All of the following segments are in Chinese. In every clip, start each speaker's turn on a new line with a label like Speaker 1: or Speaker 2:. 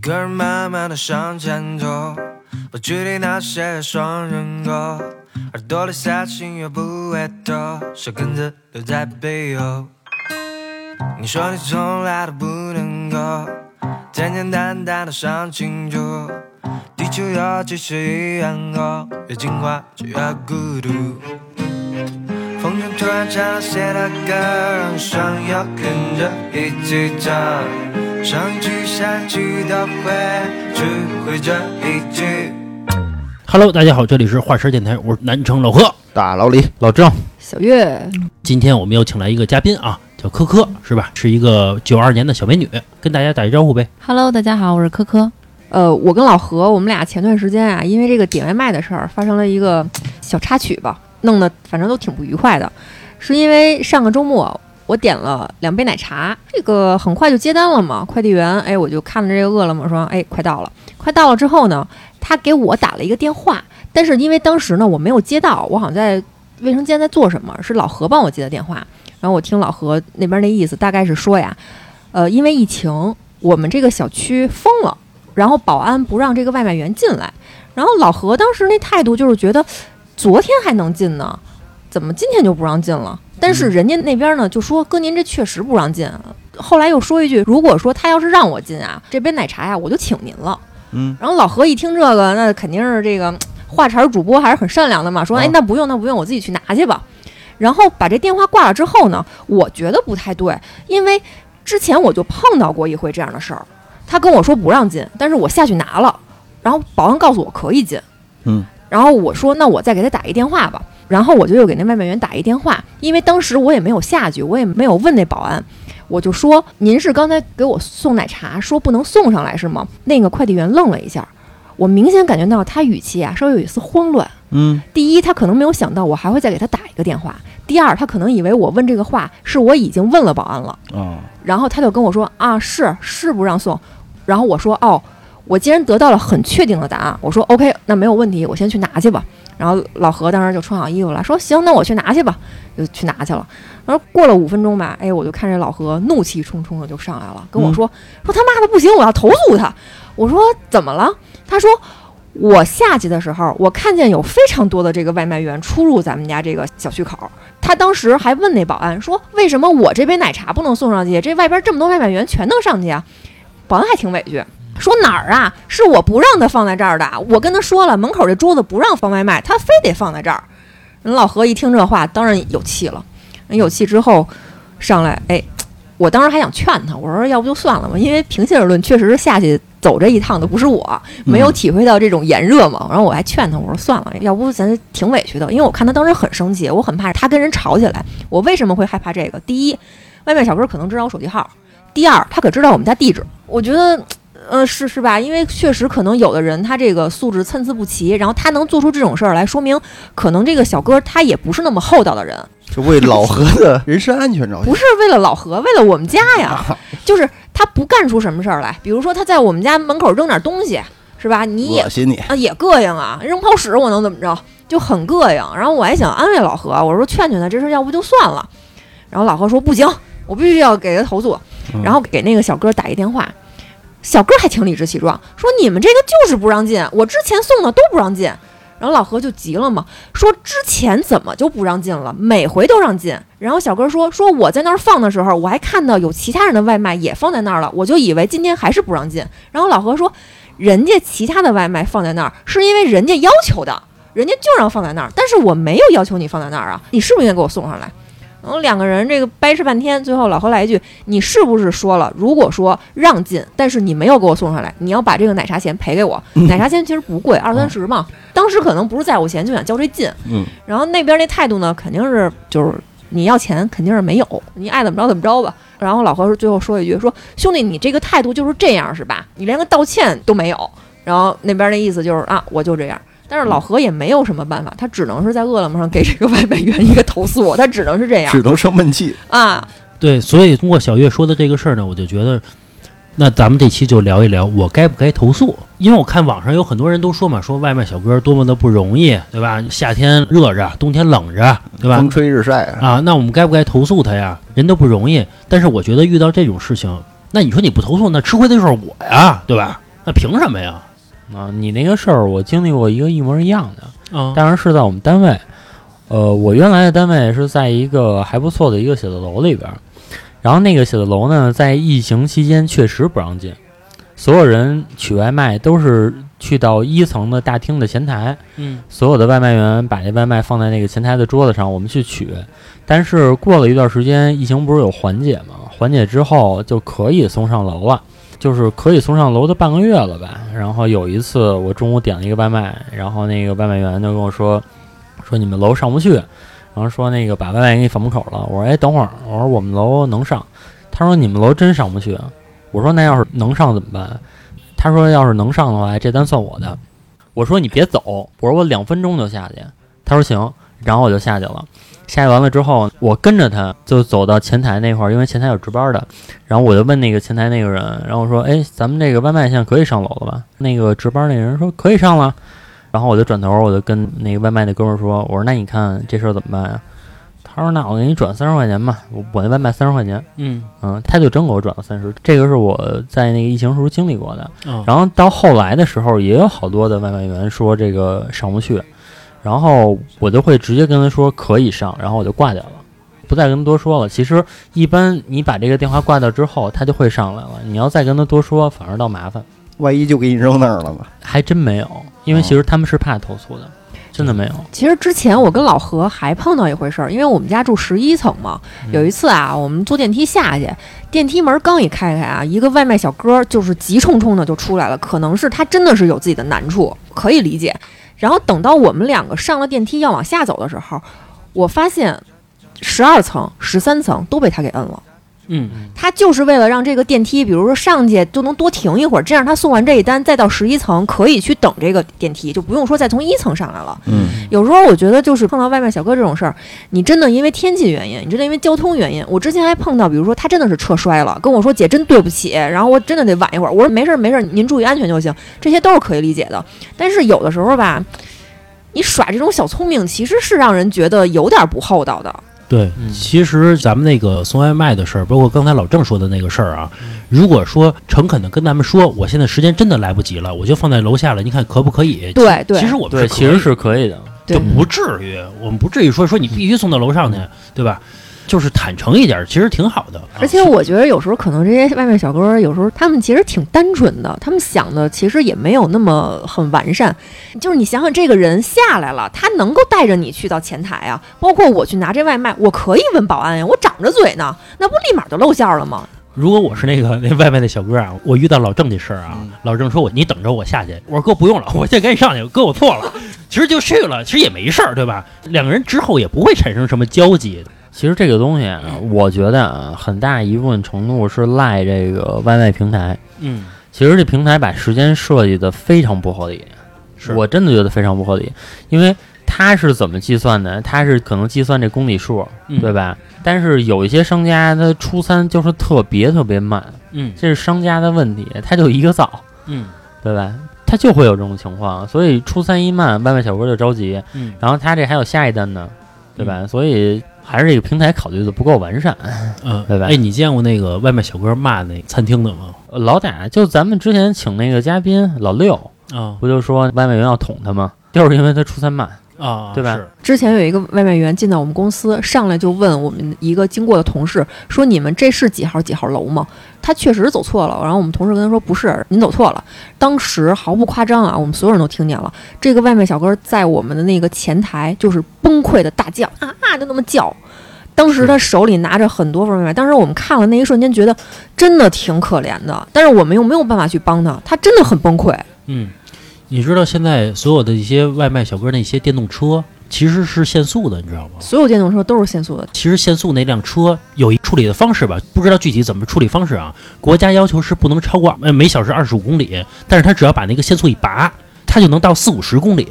Speaker 1: 个人慢慢的向前走，不去理那些双人狗，耳朵里塞进又不会抖，舌根子留在背后。你说你从来都不能够简简单单的想清楚，地球有几十亿人口，越进化就越孤独。风筝突然唱了写的歌，让上要跟着一起唱，上一句下一句都会，只会这一句。
Speaker 2: Hello，大家好，这里是画师电台，我是南城老贺。
Speaker 3: 大 老李、老郑，
Speaker 4: 小月，
Speaker 2: 今天我们又请来一个嘉宾啊，叫科科，是吧？是一个九二年的小美女，跟大家打一招呼呗。
Speaker 5: Hello，大家好，我是科科。
Speaker 4: 呃，我跟老何，我们俩前段时间啊，因为这个点外卖的事儿发生了一个小插曲吧，弄得反正都挺不愉快的。是因为上个周末我点了两杯奶茶，这个很快就接单了嘛，快递员，哎，我就看着这个饿了么说，哎，快到了，快到了之后呢，他给我打了一个电话，但是因为当时呢我没有接到，我好像在卫生间在做什么，是老何帮我接的电话，然后我听老何那边那意思，大概是说呀，呃，因为疫情，我们这个小区封了。然后保安不让这个外卖员进来。然后老何当时那态度就是觉得，昨天还能进呢，怎么今天就不让进了？但是人家那边呢就说，哥您这确实不让进。啊后来又说一句，如果说他要是让我进啊，这杯奶茶呀、我就请您了。
Speaker 3: 嗯，
Speaker 4: 然后老何一听这个，那肯定是这个话茬儿主播还是很善良的嘛，说
Speaker 3: 啊
Speaker 4: 哎那不用那不用，我自己去拿去吧。然后把这电话挂了之后呢，我觉得不太对，因为之前我就碰到过一回这样的事儿，他跟我说不让进，但是我下去拿了，然后保安告诉我可以进，
Speaker 3: 嗯，
Speaker 4: 然后我说那我再给他打一电话吧，然后我就又给那外卖员打一电话，因为当时我也没有下去，我也没有问那保安，我就说您是刚才给我送奶茶，说不能送上来是吗？那个快递员愣了一下，我明显感觉到他语气啊稍微有一丝慌乱。
Speaker 3: 嗯，
Speaker 4: 第一，他可能没有想到我还会再给他打一个电话；第二，他可能以为我问这个话是我已经问了保安了。
Speaker 3: 啊，
Speaker 4: 然后他就跟我说啊，是是不让送。然后我说哦，我既然得到了很确定的答案，我说 OK，那没有问题，我先去拿去吧。然后老何当时就穿好衣服了，说行，那我去拿去吧，就去拿去了。然后过了五分钟吧，哎，我就看这老何怒气冲冲的就上来了，跟我说、说他妈的不行，我要投诉他。我说怎么了？他说我下去的时候，我看见有非常多的这个外卖员出入咱们家这个小区口，他当时还问那保安说：“为什么我这杯奶茶不能送上去？这外边这么多外卖员全能上去啊？”保安还挺委屈，说哪儿啊？是我不让他放在这儿的，我跟他说了，门口这桌子不让放外卖，他非得放在这儿。人老何一听这话，当然有气了。人有气之后上来，哎，我当时还想劝他，我说要不就算了吧，因为平心而论，确实是下去走这一趟的不是我，没有体会到这种炎热嘛。然后我还劝他，我说算了，要不咱挺委屈的，因为我看他当时很生气，我很怕他跟人吵起来。我为什么会害怕这个？第一，外卖小哥可能知道我手机号；第二，他可知道我们家地址。我觉得。呃，是是吧？因为确实可能有的人他这个素质参差不齐，然后他能做出这种事儿来，说明可能这个小哥他也不是那么厚道的人，
Speaker 3: 就为老何的 人身安全着想
Speaker 4: 不。是为了老何，为了我们家呀，就是他不干出什么事儿来，比如说他在我们家门口扔点东西，是吧？你也
Speaker 3: 恶心你，哎
Speaker 4: 啊，也膈应啊，扔泡屎我能怎么着？就很膈应。然后我还想安慰老何，我说劝劝他，这事儿要不就算了。然后老何说不行，我必须要给他投诉。然后给那个小哥打一电话，小哥还挺理直气壮，说你们这个就是不让进，我之前送的都不让进。然后老何就急了嘛，说之前怎么就不让进了？每回都让进。然后小哥说说我在那儿放的时候，我还看到有其他人的外卖也放在那儿了，我就以为今天还是不让进。然后老何说，人家其他的外卖放在那儿是因为人家要求的，人家就让放在那儿，但是我没有要求你放在那儿啊，你是不是应该给我送上来？然后两个人这个掰扯半天，最后老何来一句：“你是不是说了，如果说让进，但是你没有给我送上来，你要把这个奶茶钱赔给我？奶茶钱其实不贵，二三十嘛。当时可能不是在乎钱，就想交这劲。
Speaker 3: 嗯，
Speaker 4: 然后那边那态度呢，肯定是就是你要钱肯定是没有，你爱怎么着怎么着吧。然后老何最后说一句说兄弟，你这个态度就是这样是吧？你连个道歉都没有。然后那边那意思就是啊，我就这样。但是老何也没有什么办法，他只能是在饿了么上给这个外卖员一个投诉，他只能是这样
Speaker 3: 只能生闷气。
Speaker 4: 啊。
Speaker 2: 对，所以通过小月说的这个事儿呢，我就觉得，那咱们这期就聊一聊我该不该投诉，因为我看网上有很多人都说嘛，说外卖小哥多么的不容易，对吧？夏天热着，冬天冷着，对吧
Speaker 3: 风？吹日晒，
Speaker 2: 啊，那我们该不该投诉他呀？人都不容易，但是我觉得遇到这种事情，那你说你不投诉，那吃亏的就是我呀，对吧？那凭什么呀？
Speaker 5: 啊，你那个事儿我经历过一个一模一样的，
Speaker 2: 啊，
Speaker 5: 当然是在我们单位。呃，我原来的单位是在一个还不错的一个写字楼里边儿，然后那个写字楼呢，在疫情期间确实不让进，所有人取外卖都是去到一层的大厅的前台，
Speaker 2: 嗯
Speaker 5: 所有的外卖员把这外卖放在那个前台的桌子上，我们去取。但是过了一段时间，疫情不是有缓解吗？缓解之后就可以送上楼了，就是可以送上楼的半个月了吧。然后有一次我中午点了一个外卖，然后那个外卖员就跟我说，说你们楼上不去，然后说那个把外卖给你放门口了。我说哎，等会儿，我说我们楼能上。他说你们楼真上不去。我说那要是能上怎么办？他说要是能上的话，这单算我的。我说你别走，我说我两分钟就下去。他说行，然后我就下去了。下去完了之后，我跟着他就走到前台那块儿，因为前台有值班的。然后我就问那个前台那个人，然后我说：“哎，咱们这个外卖现在可以上楼了吧？”那个值班那人说：“可以上了。”然后我就转头，我就跟那个外卖那哥们儿说：“我说那你看这事儿怎么办呀？”他说：“那我给你转三十块钱吧，我我那外卖三十块钱。
Speaker 2: 嗯”
Speaker 5: 嗯，他就真给我转了三十，这个是我在那个疫情时候经历过的。
Speaker 2: 啊，
Speaker 5: 然后到后来的时候，也有好多的外卖员说这个上不去，然后我就会直接跟他说可以上，然后我就挂掉了，不再跟他多说了。其实一般你把这个电话挂掉之后，他就会上来了，你要再跟他多说，反而倒麻烦。
Speaker 3: 万一就给你扔那儿了呢？
Speaker 5: 还真没有，因为
Speaker 3: 哦
Speaker 5: 其实他们是怕投诉的，真的没有。
Speaker 2: 哦
Speaker 4: 其实之前我跟老何还碰到一回事儿，因为我们家住十一层嘛，有一次啊，我们坐电梯下去，电梯门刚一开开啊，一个外卖小哥儿就是急冲冲的就出来了，可能是他真的是有自己的难处，可以理解。然后等到我们两个上了电梯要往下走的时候，我发现十二层、十三层都被他给摁了。
Speaker 2: 嗯
Speaker 4: 他就是为了让这个电梯，比如说上去就能多停一会儿，这样他送完这一单再到十一层可以去等这个电梯，就不用说再从一层上来了。
Speaker 3: 嗯，
Speaker 4: 有时候我觉得就是碰到外卖小哥这种事儿，你真的因为天气原因，你真的因为交通原因，我之前还碰到，比如说他真的是车摔了，跟我说姐真对不起，然后我真的得晚一会儿，我说没事儿没事儿，您注意安全就行，这些都是可以理解的。但是有的时候吧，你耍这种小聪明，其实是让人觉得有点不厚道的。
Speaker 2: 对，
Speaker 5: 嗯
Speaker 2: 其实咱们那个送外卖的事儿，包括刚才老郑说的那个事儿啊，如果说诚恳的跟咱们说，我现在时间真的来不及了，我就放在楼下了，你看可不可以？
Speaker 4: 对对
Speaker 2: 其实我们是
Speaker 5: 对，其
Speaker 2: 可
Speaker 5: 实
Speaker 2: 以
Speaker 5: 是可以的。
Speaker 4: 对
Speaker 2: 就不至于，我们不至于说说你必须送到楼上去，对吧？就是坦诚一点，其实挺好的。啊
Speaker 4: 而且我觉得有时候可能这些外卖小哥，有时候他们其实挺单纯的，他们想的其实也没有那么很完善。就是你想想，这个人下来了，他能够带着你去到前台啊，包括我去拿这外卖，我可以问保安呀，我长着嘴呢，那不立马就露馅儿了吗？
Speaker 2: 如果我是那个那外卖的小哥啊， 我遇到老郑这事儿啊，老郑说我你等着我下去，我说哥不用了， 我先赶紧上去，哥我错了， 其实就去了，其实也没事儿，对吧？两个人之后也不会产生什么交集，
Speaker 5: 其实这个东西啊，我觉得啊，很大一部分程度是赖这个外卖平台。
Speaker 2: 嗯，
Speaker 5: 其实这平台把时间设计的非常不合理，
Speaker 2: 是
Speaker 5: 我真的觉得非常不合理，因为它是怎么计算的？它是可能计算这公里数，
Speaker 2: 嗯
Speaker 5: 对吧？但是有一些商家他出餐就是特别特别慢，
Speaker 2: 嗯
Speaker 5: 这是商家的问题，他就一个灶，
Speaker 2: 嗯
Speaker 5: 对吧？他就会有这种情况，所以出餐一慢，外卖小哥就着急，
Speaker 2: 嗯，
Speaker 5: 然后他这还有下一单呢，对吧？所以还是这个平台考虑的不够完善。
Speaker 2: 嗯，
Speaker 5: 拜拜
Speaker 2: 哎，你见过那个外卖小哥骂那餐厅的吗？
Speaker 5: 呃老打就咱们之前请那个嘉宾老六，
Speaker 2: 啊
Speaker 5: 不就说外卖员要捅他吗？就是因为他出餐慢。
Speaker 2: 啊，
Speaker 5: 对吧
Speaker 2: 是？
Speaker 4: 之前有一个外卖员进到我们公司，上来就问我们一个经过的同事说：“你们这是几号几号楼吗？”他确实走错了，然后我们同事跟他说：“不是，您走错了。”当时毫不夸张啊，我们所有人都听见了。这个外卖小哥在我们的那个前台就是崩溃的大叫啊啊，就那么叫。当时他手里拿着很多份外卖，当时我们看了那一瞬间，觉得真的挺可怜的，但是我们又没有办法去帮他，他真的很崩溃。
Speaker 2: 嗯，你知道现在所有的一些外卖小哥那些电动车其实是限速的，你知道吗？
Speaker 4: 所有电动车都是限速的，
Speaker 2: 其实限速那辆车有一处理的方式吧，不知道具体怎么处理方式啊。国家要求是不能超过呃每小时二十五公里，但是他只要把那个限速一拔，他就能到四五十公里。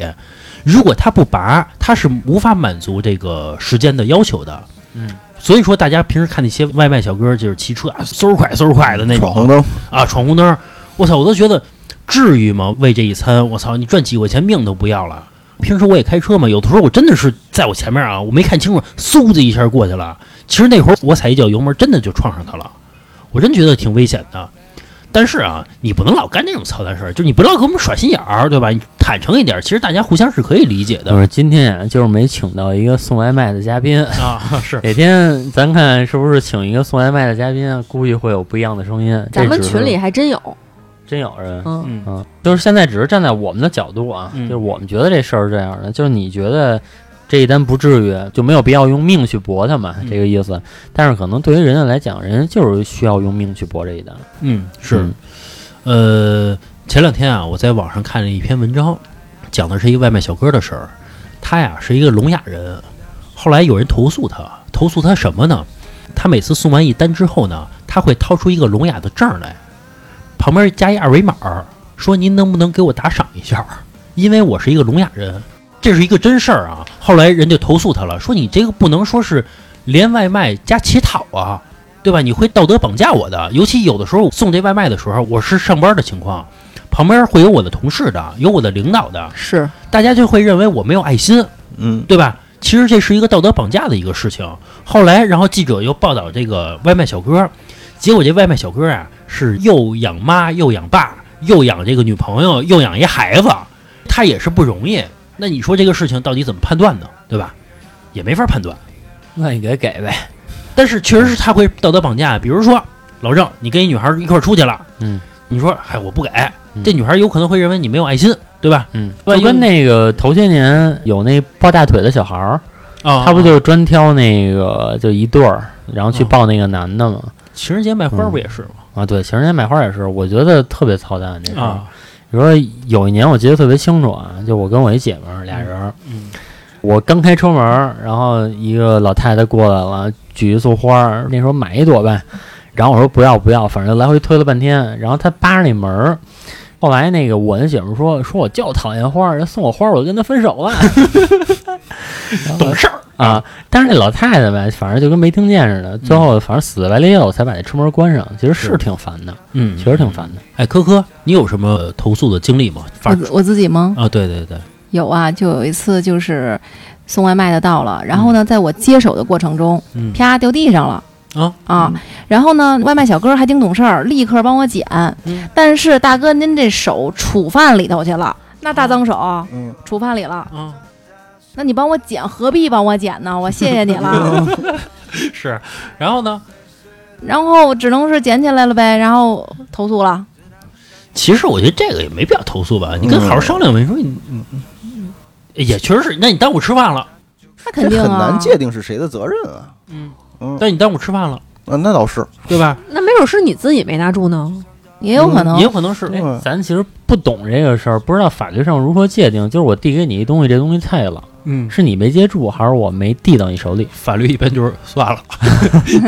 Speaker 2: 如果他不拔，他是无法满足这个时间的要求的。
Speaker 5: 嗯，
Speaker 2: 所以说大家平时看那些外卖小哥就是骑车啊，嗖儿快嗖儿快的那种
Speaker 3: 闯，红灯，
Speaker 2: 啊，闯红灯儿，我操，我都觉得至于吗？为这一餐，我操，你赚几块钱命都不要了。平时我也开车嘛，有的时候我真的是在我前面啊，我没看清楚，嗖的一下过去了。其实那会儿我踩一脚油门，真的就撞上他了，我真觉得挺危险的。但是啊，你不能老干这种操蛋事儿，就是你不要给我们耍心眼儿，对吧？你坦诚一点，其实大家互相是可以理解的
Speaker 5: 就是今天呀，就是没请到一个送外卖的嘉宾。
Speaker 2: 啊。是，
Speaker 5: 哪天咱看是不是请一个送外卖的嘉宾啊，估计会有不一样的声音。
Speaker 4: 咱们
Speaker 5: 这只是
Speaker 4: 群里还真有，
Speaker 5: 真有人，
Speaker 4: 嗯，
Speaker 2: 嗯
Speaker 5: 嗯，就是现在只是站在我们的角度啊，
Speaker 2: 嗯
Speaker 5: 就是我们觉得这事儿是这样的，就是你觉得这一单不至于，就没有必要用命去搏它嘛，
Speaker 2: 嗯
Speaker 5: 这个意思。但是可能对于人家来讲，人家就是需要用命去搏这一单。
Speaker 2: 嗯，是
Speaker 5: 嗯，
Speaker 2: 呃，前两天啊，我在网上看了一篇文章，讲的是一个外卖小哥的事儿。他呀是一个聋哑人，后来有人投诉他，投诉他什么呢？他每次送完一单之后呢，他会掏出一个聋哑的证儿来，旁边加一二维码儿，说您能不能给我打赏一下儿？因为我是一个聋哑人，这是一个真事儿啊。后来人就投诉他了，说你这个不能说是连外卖加乞讨啊，对吧？你会道德绑架我的，尤其有的时候送这外卖的时候，我是上班的情况，旁边会有我的同事的，有我的领导的，
Speaker 4: 是
Speaker 2: 大家就会认为我没有爱心，
Speaker 3: 嗯，
Speaker 2: 对吧？其实这是一个道德绑架的一个事情。后来，然后记者又报道这个外卖小哥，结果这外卖小哥啊是又养妈又养爸，又养这个女朋友，又养一孩子，他也是不容易。那你说这个事情到底怎么判断呢？对吧？也没法判断。
Speaker 5: 那你给给呗，
Speaker 2: 但是确实是他会道德绑架。比如说，老郑，你跟一女孩一块儿出去了，
Speaker 5: 嗯，
Speaker 2: 你说，哎，我不给，
Speaker 5: 嗯
Speaker 2: 这女孩有可能会认为你没有爱心，对吧？
Speaker 5: 嗯，
Speaker 2: 万
Speaker 5: 就
Speaker 2: 一
Speaker 5: 跟那个头些年有那抱大腿的小孩儿，
Speaker 2: 啊
Speaker 5: 他不就是专挑那个就一对儿，然后去
Speaker 2: 嗯
Speaker 5: 抱那个男的吗？
Speaker 2: 情人节卖花不也是吗？
Speaker 5: 啊，对，情人节买花也是，我觉得特别操蛋这事儿。
Speaker 2: 啊，
Speaker 5: 你说有一年我记得特别清楚啊，就我跟我一姐们儿俩人儿，
Speaker 2: 嗯
Speaker 5: 我刚开车门儿，然后一个老太太过来了，举一束花儿，那时候买一朵呗，然后我说不要不要，反正来回推了半天，然后她扒着那门儿。后来那个我那姐们儿说说我就讨厌花儿，人送我花儿我就跟她分手了，懂事儿啊。但是那老太太呗，反正就跟没听见似的，
Speaker 2: 嗯
Speaker 5: 最后反正死白咧了，我才把那车门关上。其实是
Speaker 2: 是
Speaker 5: 挺烦的，
Speaker 2: 嗯
Speaker 5: 确实挺烦的。
Speaker 2: 哎，科科，你有什么呃投诉的经历吗？
Speaker 6: 我
Speaker 2: 反
Speaker 6: 自我自己吗？
Speaker 2: 啊，对对对，
Speaker 6: 有啊，就有一次就是送外卖的到了，然后呢，在我接手的过程中，
Speaker 2: 嗯
Speaker 6: 啪掉地上了。
Speaker 2: 啊
Speaker 6: 啊，然后呢，外卖小哥还挺懂事儿，立刻帮我捡。
Speaker 2: 嗯
Speaker 6: 但是大哥，您这手杵饭里头去了，那大脏手
Speaker 3: 嗯，
Speaker 2: 哦
Speaker 6: 杵饭里了。
Speaker 2: 啊，
Speaker 6: 那你帮我捡，何必帮我捡呢？我谢谢你
Speaker 2: 嗯
Speaker 6: 了。
Speaker 2: 是。然后呢？
Speaker 6: 然后只能是捡起来了呗，然后投诉了。
Speaker 2: 其实我觉得这个也没必要投诉吧，
Speaker 5: 嗯
Speaker 2: 你跟好好商量呗。你说你，你你也确实是，那你耽误吃饭了，
Speaker 6: 那肯
Speaker 3: 这
Speaker 6: 定啊，
Speaker 3: 很难界定是谁的责任啊。
Speaker 2: 嗯
Speaker 3: 嗯，
Speaker 2: 但你耽误吃饭了，
Speaker 3: 啊那倒是，
Speaker 2: 对吧？
Speaker 4: 那没准是你自己没拿住呢。
Speaker 6: 也有可能
Speaker 2: 嗯也有可能是
Speaker 5: 哎
Speaker 3: 对
Speaker 5: 咱其实不懂这个事儿，不知道法律上如何界定。就是我递给你一东西，这东西菜了，
Speaker 2: 嗯。
Speaker 5: 是你没接住，还是我没递到你手里？
Speaker 2: 法律一般就是算 了，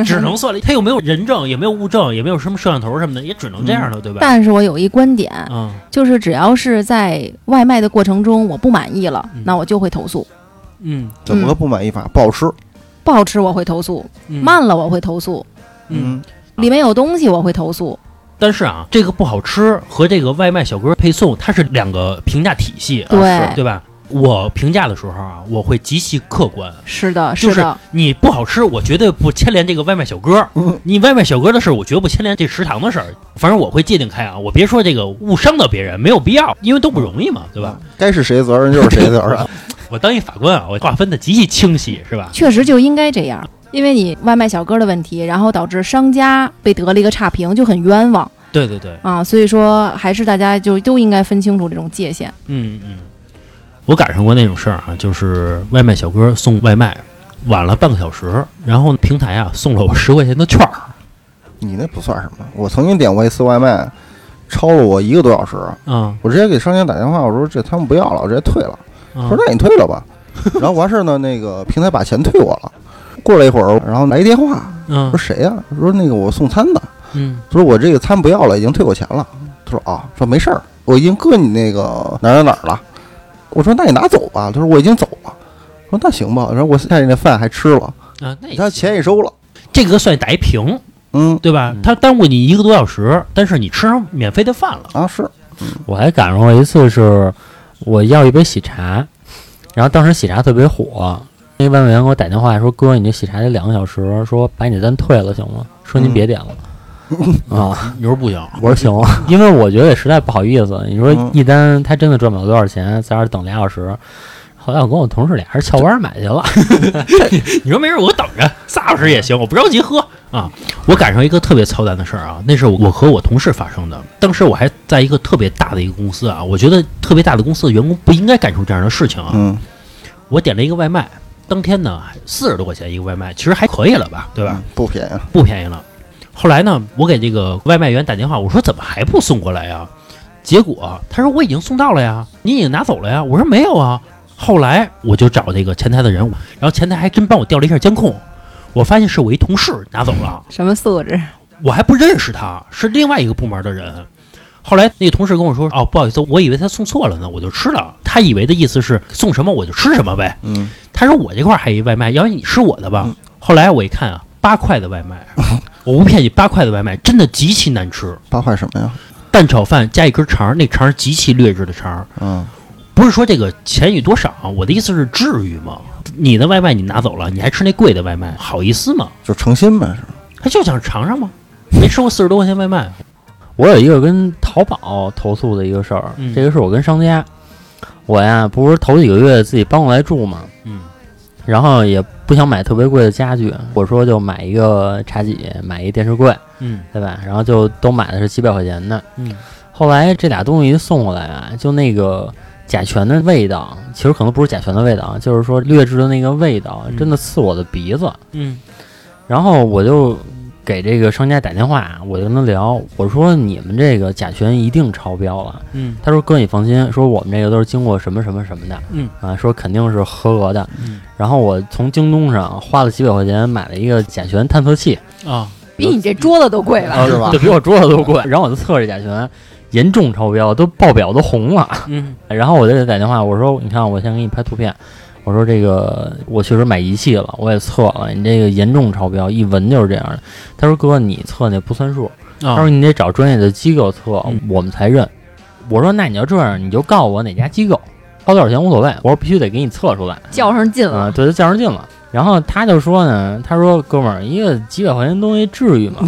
Speaker 2: 只能算了。他又没有人证，也没有物证，也没有什么摄像头什么的，也只能这样了，对吧？
Speaker 6: 但是我有一观点，
Speaker 2: 嗯，
Speaker 6: 就是只要是在外卖的过程中我不满意了
Speaker 2: 嗯，
Speaker 6: 那我就会投诉。
Speaker 2: 嗯
Speaker 3: 怎么个不满意法？不好吃。
Speaker 6: 不好吃我会投诉，
Speaker 2: 嗯，
Speaker 6: 慢了我会投诉，
Speaker 2: 嗯。，
Speaker 6: 里面有东西我会投诉。
Speaker 2: 但是啊，这个不好吃和这个外卖小哥配送，它是两个评价体系，
Speaker 6: 对，
Speaker 2: 对吧？我评价的时候啊，我会极其客观。
Speaker 6: 是的，
Speaker 2: 就是
Speaker 6: 的，
Speaker 2: 你不好吃，我绝对不牵连这个外卖小哥。
Speaker 3: 嗯
Speaker 2: 你外卖小哥的事儿，我绝不牵连这食堂的事儿。反正我会界定开啊，我别说这个误伤到别人，没有必要，因为都不容易嘛，对吧？
Speaker 3: 该是谁的责任就是谁的责任。
Speaker 2: 我当一法官啊，我划分的极其清晰，是吧？
Speaker 6: 确实就应该这样。因为你外卖小哥的问题，然后导致商家被得了一个差评，就很冤枉
Speaker 2: 对对对，
Speaker 6: 啊。所以说，还是大家就都应该分清楚这种界限。
Speaker 2: 嗯嗯。我赶上过那种事儿啊，就是外卖小哥送外卖，晚了半个小时，然后平台啊送了我十块钱的券儿。
Speaker 3: 你那不算什么。我曾经点过一次外卖，超了我一个多小时，
Speaker 2: 啊，
Speaker 3: 我直接给商家打电话，我说这他们不要了，我直接退了。
Speaker 2: 啊
Speaker 3: 说那你退了吧。然后完事儿呢，那个平台把钱退我了。过了一会儿，然后来一电话，
Speaker 2: 嗯
Speaker 3: 说谁呀、说那个我送餐的，
Speaker 2: 嗯
Speaker 3: 说我这个餐不要了，已经退我钱了。他说啊，说没事儿，我已经搁你那个哪儿哪儿哪儿了。我说那你拿走吧。他说我已经走了。说那行吧，然后我看见那饭还吃了，
Speaker 2: 啊，那也
Speaker 3: 他钱也收了。
Speaker 2: 这个算打一平，
Speaker 3: 嗯
Speaker 2: 对吧？
Speaker 5: 嗯
Speaker 2: 他耽误你一个多小时，但是你吃上免费的饭了。
Speaker 3: 啊是，
Speaker 5: 我还赶上过一次是，我要一杯喜茶，然后当时喜茶特别火，那外卖
Speaker 2: 嗯
Speaker 5: 员给我打电话说：“哥，你这喜茶得两个小时，说把你的单退了行吗？说您别点了。啊，
Speaker 2: 你说不行，
Speaker 5: 我说行，因为我觉得也实在不好意思。你说
Speaker 3: 嗯
Speaker 5: 一单他真的赚不了多少钱，在这儿等俩小时。后来我跟我同事俩人翘班买去
Speaker 3: 嗯
Speaker 5: 了，
Speaker 2: 你说没事，我等着，仨小时也行，我不着急喝啊。我赶上一个特别操蛋的事儿啊，那是我和我同事发生的。当时我还在一个特别大的一个公司啊，我觉得特别大的公司的员工不应该干出这样的事情啊。
Speaker 3: 嗯
Speaker 2: 我点了一个外卖，当天呢四十多块钱一个外卖，其实还可以了吧，对吧？
Speaker 3: 嗯，不便宜，
Speaker 2: 不便宜了。后来呢，我给这个外卖员打电话，我说怎么还不送过来呀？结果他说我已经送到了呀，你已经拿走了呀。我说没有啊。后来我就找这个前台的人，然后前台还真帮我调了一下监控，我发现是我一同事拿走了，
Speaker 6: 什么素质？
Speaker 2: 我还不认识他，是另外一个部门的人。后来那个同事跟我说，哦，不好意思，我以为他送错了呢，我就吃了。他以为的意思是送什么我就吃什么呗。
Speaker 3: 嗯，
Speaker 2: 他说我这块儿还有一外卖，要不你吃我的吧。后来我一看啊，八块的外卖，我不骗你，八块的外卖真的极其难吃，
Speaker 3: 八块什么呀？
Speaker 2: 蛋炒饭加一根肠儿，那肠儿极其劣质的肠儿。
Speaker 3: 嗯，
Speaker 2: 不是说这个钱与多少啊，我的意思是至于吗？你的外卖你拿走了，你还吃那贵的外卖，好意思吗？
Speaker 3: 就诚心呗，是吧
Speaker 2: 他就想尝尝吗？没吃过四十多块钱外卖，啊
Speaker 5: 我有一个跟淘宝投诉的一个事儿，
Speaker 2: 嗯
Speaker 5: 这个是我跟商家，我呀不是头几个月自己搬过来住嘛，
Speaker 2: 嗯，
Speaker 5: 然后也不想买特别贵的家具，我说就买一个茶几，买一电视柜，
Speaker 2: 嗯
Speaker 5: 对吧？然后就都买的是几百块钱的，
Speaker 2: 嗯，
Speaker 5: 后来这俩东西一送过来啊，就那个甲醛的味道，其实可能不是甲醛的味道，啊就是说劣质的那个味道，
Speaker 2: 嗯
Speaker 5: 真的刺我的鼻子。
Speaker 2: 嗯
Speaker 5: 然后我就给这个商家打电话，我就跟他聊，我说你们这个甲醛一定超标了。
Speaker 2: 嗯
Speaker 5: 他说哥你放心，说我们这个都是经过什么什么什么的，
Speaker 2: 嗯
Speaker 5: 啊，说肯定是合格的。
Speaker 2: 嗯
Speaker 5: 然后我从京东上花了几百块钱买了一个甲醛探测器，
Speaker 2: 啊，
Speaker 6: 比你这桌子都贵了。
Speaker 5: 啊
Speaker 3: 是吧
Speaker 5: 对比我桌子都贵。然后我就测这甲醛，严重超标，都报表都红了。
Speaker 2: 嗯
Speaker 5: 然后我就给他打电话，我说：“你看，我先给你拍图片。我说这个我确实买仪器了，我也测了，你这个严重超标，一闻就是这样的。”他说：“哥，你测那不算数，他
Speaker 2: 啊
Speaker 5: 说你得找专业的机构测
Speaker 2: 嗯，
Speaker 5: 我们才认。”我说：“那你要这样，你就告诉我哪家机构，花多少钱无所谓。我说必须得给你测出来。”
Speaker 6: 较上劲
Speaker 5: 啊，
Speaker 6: 了，
Speaker 5: 对，他较上劲了。然后他就说呢，他说哥们儿，一个几百块钱东西至于吗？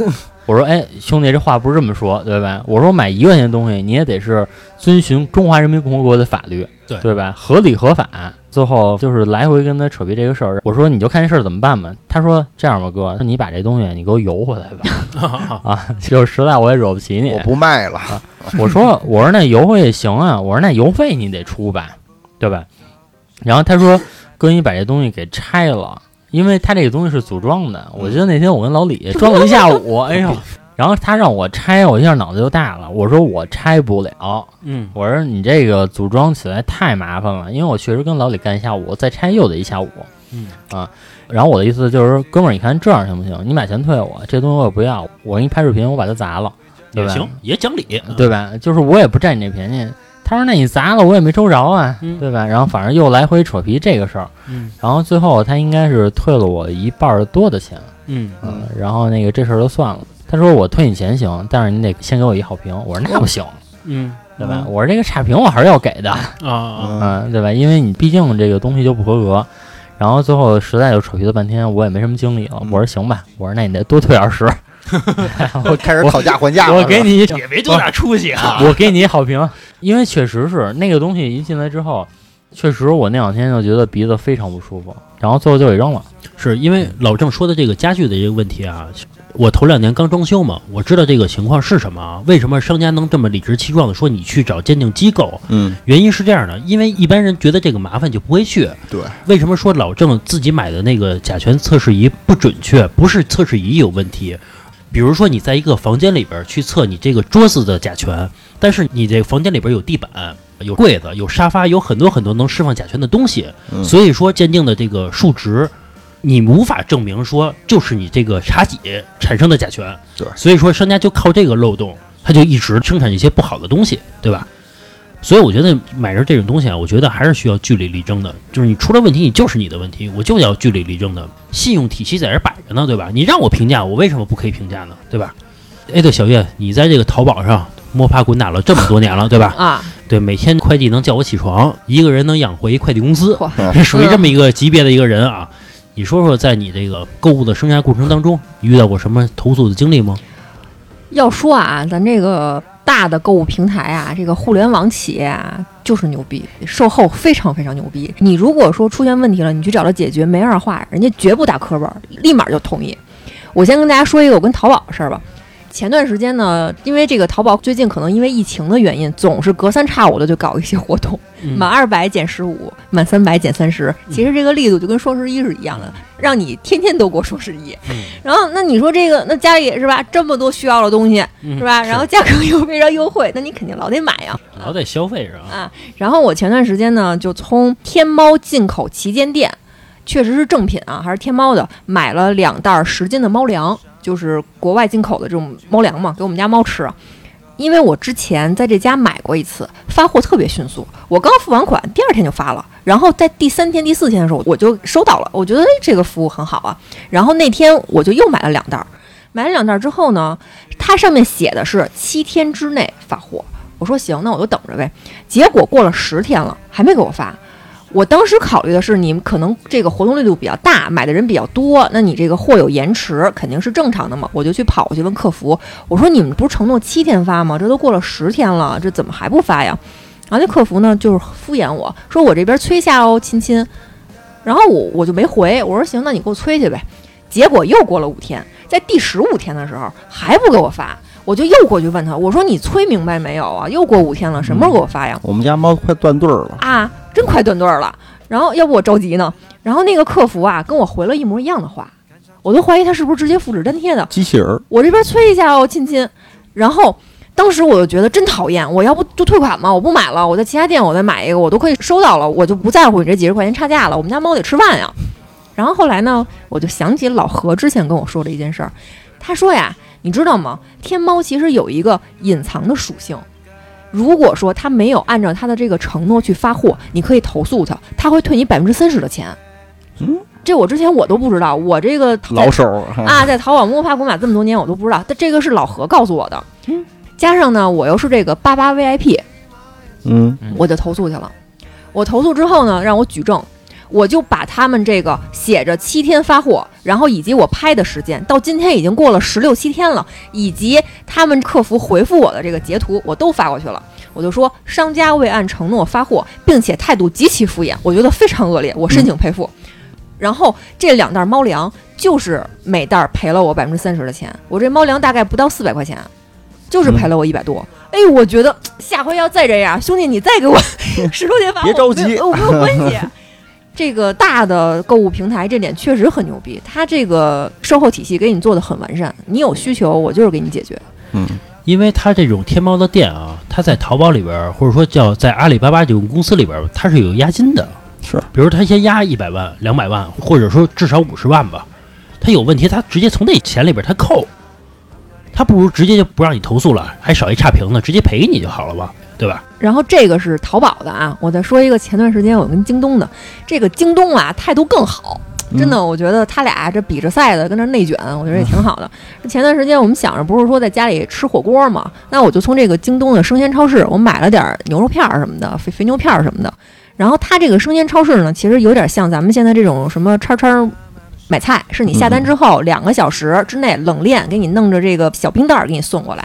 Speaker 5: 我说哎，兄弟，这话不是这么说，对吧？我说买一块钱东西，你也得是遵循中华人民共和国的法律，
Speaker 2: 对
Speaker 5: 吧？合理合法。最后就是来回跟他扯皮这个事儿，我说你就看这事儿怎么办吧。他说这样吧，哥，你把这东西你给我邮回来吧。啊，就是实在我也惹不起你，
Speaker 3: 我不卖了，
Speaker 5: 我说我说那邮费也行啊，我说那邮费你得出吧，对吧？然后他说哥，你把这东西给拆了，因为他这个东西是组装的。我记得那天我跟老李装了一 下午，哎呦，然后他让我拆，我一下脑子就大了。我说我拆不了，
Speaker 2: 嗯
Speaker 5: 我说你这个组装起来太麻烦了，因为我确实跟老李干一下午，再拆又得一下午。
Speaker 2: 嗯
Speaker 5: 啊，然后我的意思就是，哥们儿，你看这样行不行？你把钱退我，这东西我也不要，我给你拍视频，我把它砸了，对
Speaker 2: 也
Speaker 5: 吧？
Speaker 2: 行，也讲理，
Speaker 5: 对吧？就是我也不占你这便宜。他说：“那你砸了，我也没抽着啊，
Speaker 2: 嗯
Speaker 5: 对吧？”然后反正又来回扯皮这个事儿，
Speaker 2: 嗯
Speaker 5: 然后最后他应该是退了我一半儿多的钱，
Speaker 2: 嗯
Speaker 5: 嗯，然后那个这事儿就算了。他说：“我退你钱行，但是你得先给我一好评。”我说：“那不行，
Speaker 2: 嗯
Speaker 5: 对吧？我说这个差评我还是要给的，
Speaker 2: 啊
Speaker 3: 嗯，
Speaker 5: 嗯，对吧？因为你毕竟这个东西就不合格。”然后最后实在就扯皮了半天，我也没什么精力了。
Speaker 2: 嗯
Speaker 5: 我说：“行吧，我说那你得多退 二十。 我
Speaker 3: 开始讨价还价了，
Speaker 5: 我给你一
Speaker 2: 也没多大出息啊，
Speaker 5: 我给你一好评，因为确实是那个东西一进来之后，确实我那两天就觉得鼻子非常不舒服，然后最后就给扔了。
Speaker 2: 是因为老郑说的这个家具的这个问题啊，我头两年刚装修嘛，我知道这个情况是什么啊。为什么商家能这么理直气壮的说你去找鉴定机构？
Speaker 3: 嗯，
Speaker 2: 原因是这样的，因为一般人觉得这个麻烦就不会去。
Speaker 3: 对，
Speaker 2: 为什么说老郑自己买的那个甲醛测试仪不准确？不是测试仪有问题，比如说你在一个房间里边去测你这个桌子的甲醛，但是你这个房间里边有地板。有柜子，有沙发，有很多很多能释放甲醛的东西，
Speaker 3: 嗯
Speaker 2: 所以说鉴定的这个数值，你无法证明说就是你这个茶几产生的甲醛，
Speaker 3: 对
Speaker 2: 所以说商家就靠这个漏洞，他就一直生产一些不好的东西，对吧？所以我觉得买人这种东西啊，我觉得还是需要据理力争的。就是你出了问题，你就是你的问题，我就要据理力争的。信用体系在这儿摆着呢，对吧？你让我评价，我为什么不可以评价呢？对吧？哎，对，小月，你在这个淘宝上摸爬滚打了这么多年了，对吧？
Speaker 4: 啊，
Speaker 2: 对，每天快递能叫我起床，一个人能养活一快递公司，
Speaker 6: 嚯
Speaker 2: 是属于这么一个级别的一个人啊。你说说，在你这个购物的生涯过程当中，你遇到过什么投诉的经历吗？
Speaker 4: 要说啊，咱这个大的购物平台啊，这个互联网企业啊，就是牛逼，售后非常非常牛逼。你如果说出现问题了，你去找他解决，没二话，人家绝不打磕巴，立马就同意。我先跟大家说一个我跟淘宝的事儿吧。前段时间呢，因为这个淘宝最近可能因为疫情的原因，总是隔三差五的就搞一些活动，
Speaker 2: 嗯
Speaker 4: 满二百减十五，满三百减三十。其实这个力度就跟双十一是一样的，让你天天都过双十一。然后那你说这个，那家里是吧，这么多需要的东西
Speaker 2: 嗯
Speaker 4: 是吧？然后价格又非常优惠，那你肯定老得买呀。
Speaker 2: 老得消费是吧？
Speaker 4: 啊然后我前段时间呢，就从天猫进口旗舰店，确实是正品啊，还是天猫的，买了两袋十斤的猫粮，就是国外进口的这种猫粮嘛，给我们家猫吃。因为我之前在这家买过一次，发货特别迅速，我刚付完款，第二天就发了，然后在第三天、第四天的时候我就收到了，我觉得哎这个服务很好啊。然后那天我就又买了两袋儿，买了两袋儿之后呢，它上面写的是七天之内发货，我说行，那我就等着呗。结果过了十天了，还没给我发。我当时考虑的是，你们可能这个活动力度比较大，买的人比较多，那你这个货有延迟，肯定是正常的嘛。我就去跑过去问客服，我说你们不是承诺七天发吗？这都过了十天了，这怎么还不发呀？然后那客服呢，就是敷衍我说我这边催下哦，亲亲。然后我我就没回，我说行，那你给我催去呗。结果又过了五天，在第十五天的时候还不给我发，我就又过去问他，我说你催明白没有啊？又过五天了，什么时候给我发呀？
Speaker 3: 我们家猫快断队儿了，
Speaker 4: 啊，真快断队儿了。然后要不我着急呢。然后那个客服啊，跟我回了一模一样的话，我都怀疑他是不是直接复制粘贴的。
Speaker 3: 机器人儿
Speaker 4: 我这边催一下哦，亲亲。然后当时我就觉得真讨厌，我要不就退款嘛，我不买了，我在其他店我再买一个，我都可以收到了，我就不在乎你这几十块钱差价了。我们家猫得吃饭呀。然后后来呢，我就想起老何之前跟我说的一件事儿，他说呀，你知道吗？天猫其实有一个隐藏的属性。如果说他没有按照他的这个承诺去发货，你可以投诉他，他会退你百分之三十的钱。
Speaker 3: 嗯，
Speaker 4: 这我之前我都不知道，我这个
Speaker 3: 老手儿，
Speaker 4: 啊，在淘宝摸爬滚打这么多年，我都不知道。但这个是老何告诉我的。加上呢，我又是这个八八 VIP，
Speaker 3: 嗯，
Speaker 4: 我就投诉去了。我投诉之后呢，让我举证，我就把他们这个写着七天发货，然后以及我拍的时间，到今天已经过了十六七天了，以及他们客服回复我的这个截图，我都发过去了。我就说商家未按承诺发货，并且态度极其敷衍，我觉得非常恶劣，我申请赔付。然后这两袋猫粮就是每袋赔了我百分之三十的钱，我这猫粮大概不到四百块钱，就是赔了我一百多。哎，我觉得下回要再这样，兄弟，你再 给我十多天发货，
Speaker 3: 别着急
Speaker 4: 我没有 我没有关系。这个大的购物平台这点确实很牛逼，它这个售后体系给你做的很完善，你有需求我就是给你解决。
Speaker 3: 嗯
Speaker 2: 因为它这种天猫的店啊，它在淘宝里边儿，或者说叫在阿里巴巴这种公司里边儿，它是有押金的。
Speaker 3: 是，
Speaker 2: 比如他先押一百万、两百万，或者说至少五十万吧，他有问题，他直接从那钱里边儿他扣，他不如直接就不让你投诉了，还少一差评呢，直接赔你就好了吧，对吧？
Speaker 4: 然后这个是淘宝的啊，我再说一个，前段时间我跟京东的，这个京东啊态度更好，真的，我觉得他俩这比着赛的跟那内卷，我觉得也挺好的。这前段时间我们想着不是说在家里吃火锅嘛，那我就从这个京东的生鲜超市，我买了点儿牛肉片儿什么的，肥肥牛片儿什么的。然后它这个生鲜超市呢，其实有点像咱们现在这种什么叉叉。买菜是你下单之后两个小时之内冷链给你弄着这个小冰袋儿给你送过来，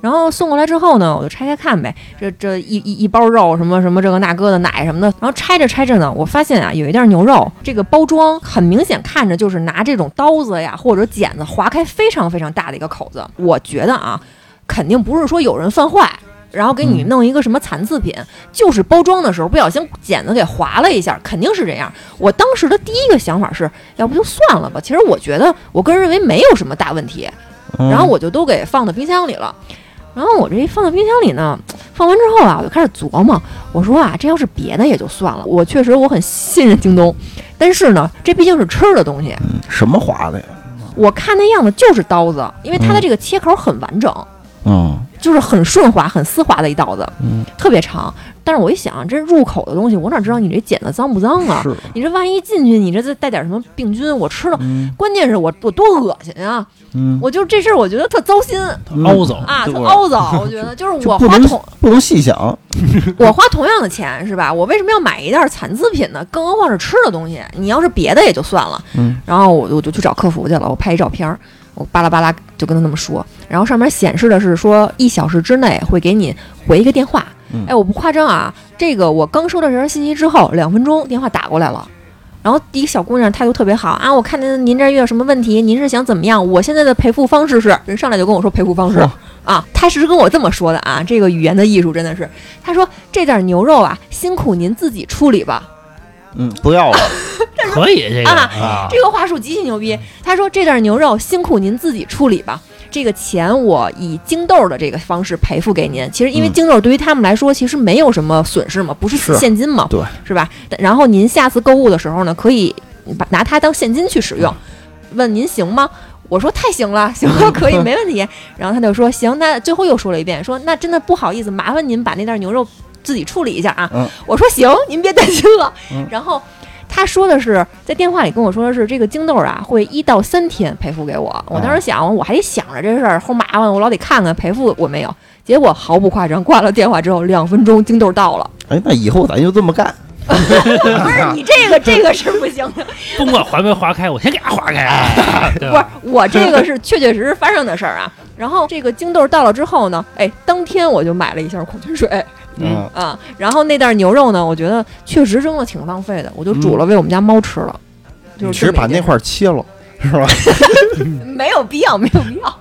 Speaker 4: 然后送过来之后呢，我就拆开看呗，这这一一一包肉什么什么这个那个的奶什么的，然后拆着拆着呢，我发现啊，有一袋牛肉这个包装很明显看着就是拿这种刀子呀或者剪子划开非常非常大的一个口子，我觉得啊，肯定不是说有人犯坏。然后给你弄一个什么残次品，就是包装的时候不小心剪子给划了一下，肯定是这样。我当时的第一个想法是，要不就算了吧。其实我觉得我个人认为没有什么大问题，
Speaker 3: 嗯
Speaker 4: 然后我就都给放到冰箱里了。然后我这一放到冰箱里呢，放完之后啊，我就开始琢磨，我说啊，这要是别的也就算了，我确实我很信任京东，但是呢，这毕竟是吃的东西，
Speaker 3: 嗯什么划的呀？
Speaker 4: 我看那样子就是刀子，因为它
Speaker 3: 嗯
Speaker 4: 的这个切口很完整，
Speaker 3: 嗯，
Speaker 4: 就是很顺滑、很丝滑的一刀子，
Speaker 3: 嗯
Speaker 4: 特别长。但是我一想，这入口的东西，我哪知道你这剪的脏不脏啊？
Speaker 3: 是，
Speaker 4: 你这万一进去，你这再带点什么病菌，我吃了，
Speaker 3: 嗯
Speaker 4: 关键是我我多恶心啊！
Speaker 3: 嗯，
Speaker 4: 我就这事儿，我觉得特糟心
Speaker 3: 嗯
Speaker 2: 凹走，
Speaker 4: 啊，
Speaker 3: 对
Speaker 4: 特 凹糟。我觉得就是
Speaker 3: 就
Speaker 4: 我
Speaker 3: 不
Speaker 4: 花
Speaker 3: 能
Speaker 4: 桶
Speaker 3: 不能细想，
Speaker 4: 我花同样的钱是吧？我为什么要买一袋残次品呢？更何况是吃的东西。你要是别的也就算了，
Speaker 3: 嗯
Speaker 4: 然后我就我就去找客服去了，我拍一照片儿。我巴拉巴拉就跟他那么说，然后上面显示的是说一小时之内会给你回一个电话。
Speaker 3: 嗯
Speaker 4: 哎，我不夸张啊，这个我刚收到这条信息之后，两分钟电话打过来了。然后第一小姑娘态度特别好啊，我看您您这儿遇到什么问题，您是想怎么样？我现在的赔付方式是，人上来就跟我说赔付方式
Speaker 3: 哇
Speaker 4: 啊，他是跟我这么说的啊，这个语言的艺术真的是，他说这点牛肉啊，辛苦您自己处理吧。
Speaker 3: 嗯，不要了，
Speaker 2: 可以这个
Speaker 4: 啊
Speaker 2: 啊，
Speaker 4: 这个话术极其牛逼。他说这袋牛肉辛苦您自己处理吧，这个钱我以京豆的这个方式赔付给您。其实因为
Speaker 3: 嗯
Speaker 4: 京豆对于他们来说其实没有什么损失嘛，不是
Speaker 3: 是
Speaker 4: 现金嘛，
Speaker 3: 对，
Speaker 4: 是吧？然后您下次购物的时候呢，可以把拿它当现金去使用。
Speaker 3: 嗯
Speaker 4: 问您行吗？我说太行了，行了， 可以，没问题。然后他就说行，那最后又说了一遍，说那真的不好意思，麻烦您把那袋牛肉自己处理一下啊。
Speaker 3: 嗯
Speaker 4: 我说行，您别担心了。
Speaker 3: 嗯
Speaker 4: 然后他说的是，在电话里跟我说的是，这个京豆啊会一到三天赔付给我。我当时想，我还得想着这事儿齁麻烦，我老得看看赔付我没有。结果毫不夸张，挂了电话之后两分钟，京豆到了。
Speaker 3: 哎，那以后咱就这么干，
Speaker 4: 不是你这个这个是不行的，
Speaker 2: 甭管划没划开，我先给它划开啊，对
Speaker 4: 不是
Speaker 2: 吧？
Speaker 4: 我这个是确确实实发生的事儿啊。然后这个京豆到了之后呢，哎，当天我就买了一箱矿泉水
Speaker 2: 嗯
Speaker 3: 嗯，
Speaker 4: 啊，然后那袋牛肉呢，我觉得确实扔的挺浪费的，我就煮了喂我们家猫吃了。就
Speaker 3: 嗯
Speaker 4: 是
Speaker 3: 其实把那
Speaker 4: 这么一件
Speaker 3: 块儿切了，是吧？
Speaker 4: 没有必要，没有必要。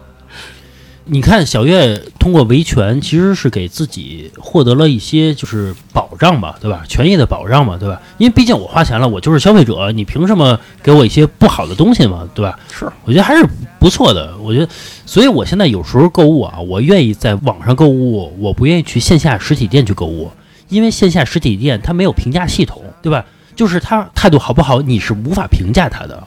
Speaker 2: 你看小月通过维权，其实是给自己获得了一些就是保障吧，对吧？权益的保障嘛，对吧？因为毕竟我花钱了，我就是消费者，你凭什么给我一些不好的东西嘛，对吧？
Speaker 3: 是，
Speaker 2: 我觉得还是不错的。我觉得，所以我现在有时候购物啊，我愿意在网上购物，我不愿意去线下实体店去购物，因为线下实体店它没有评价系统，对吧？就是他态度好不好，你是无法评价他的，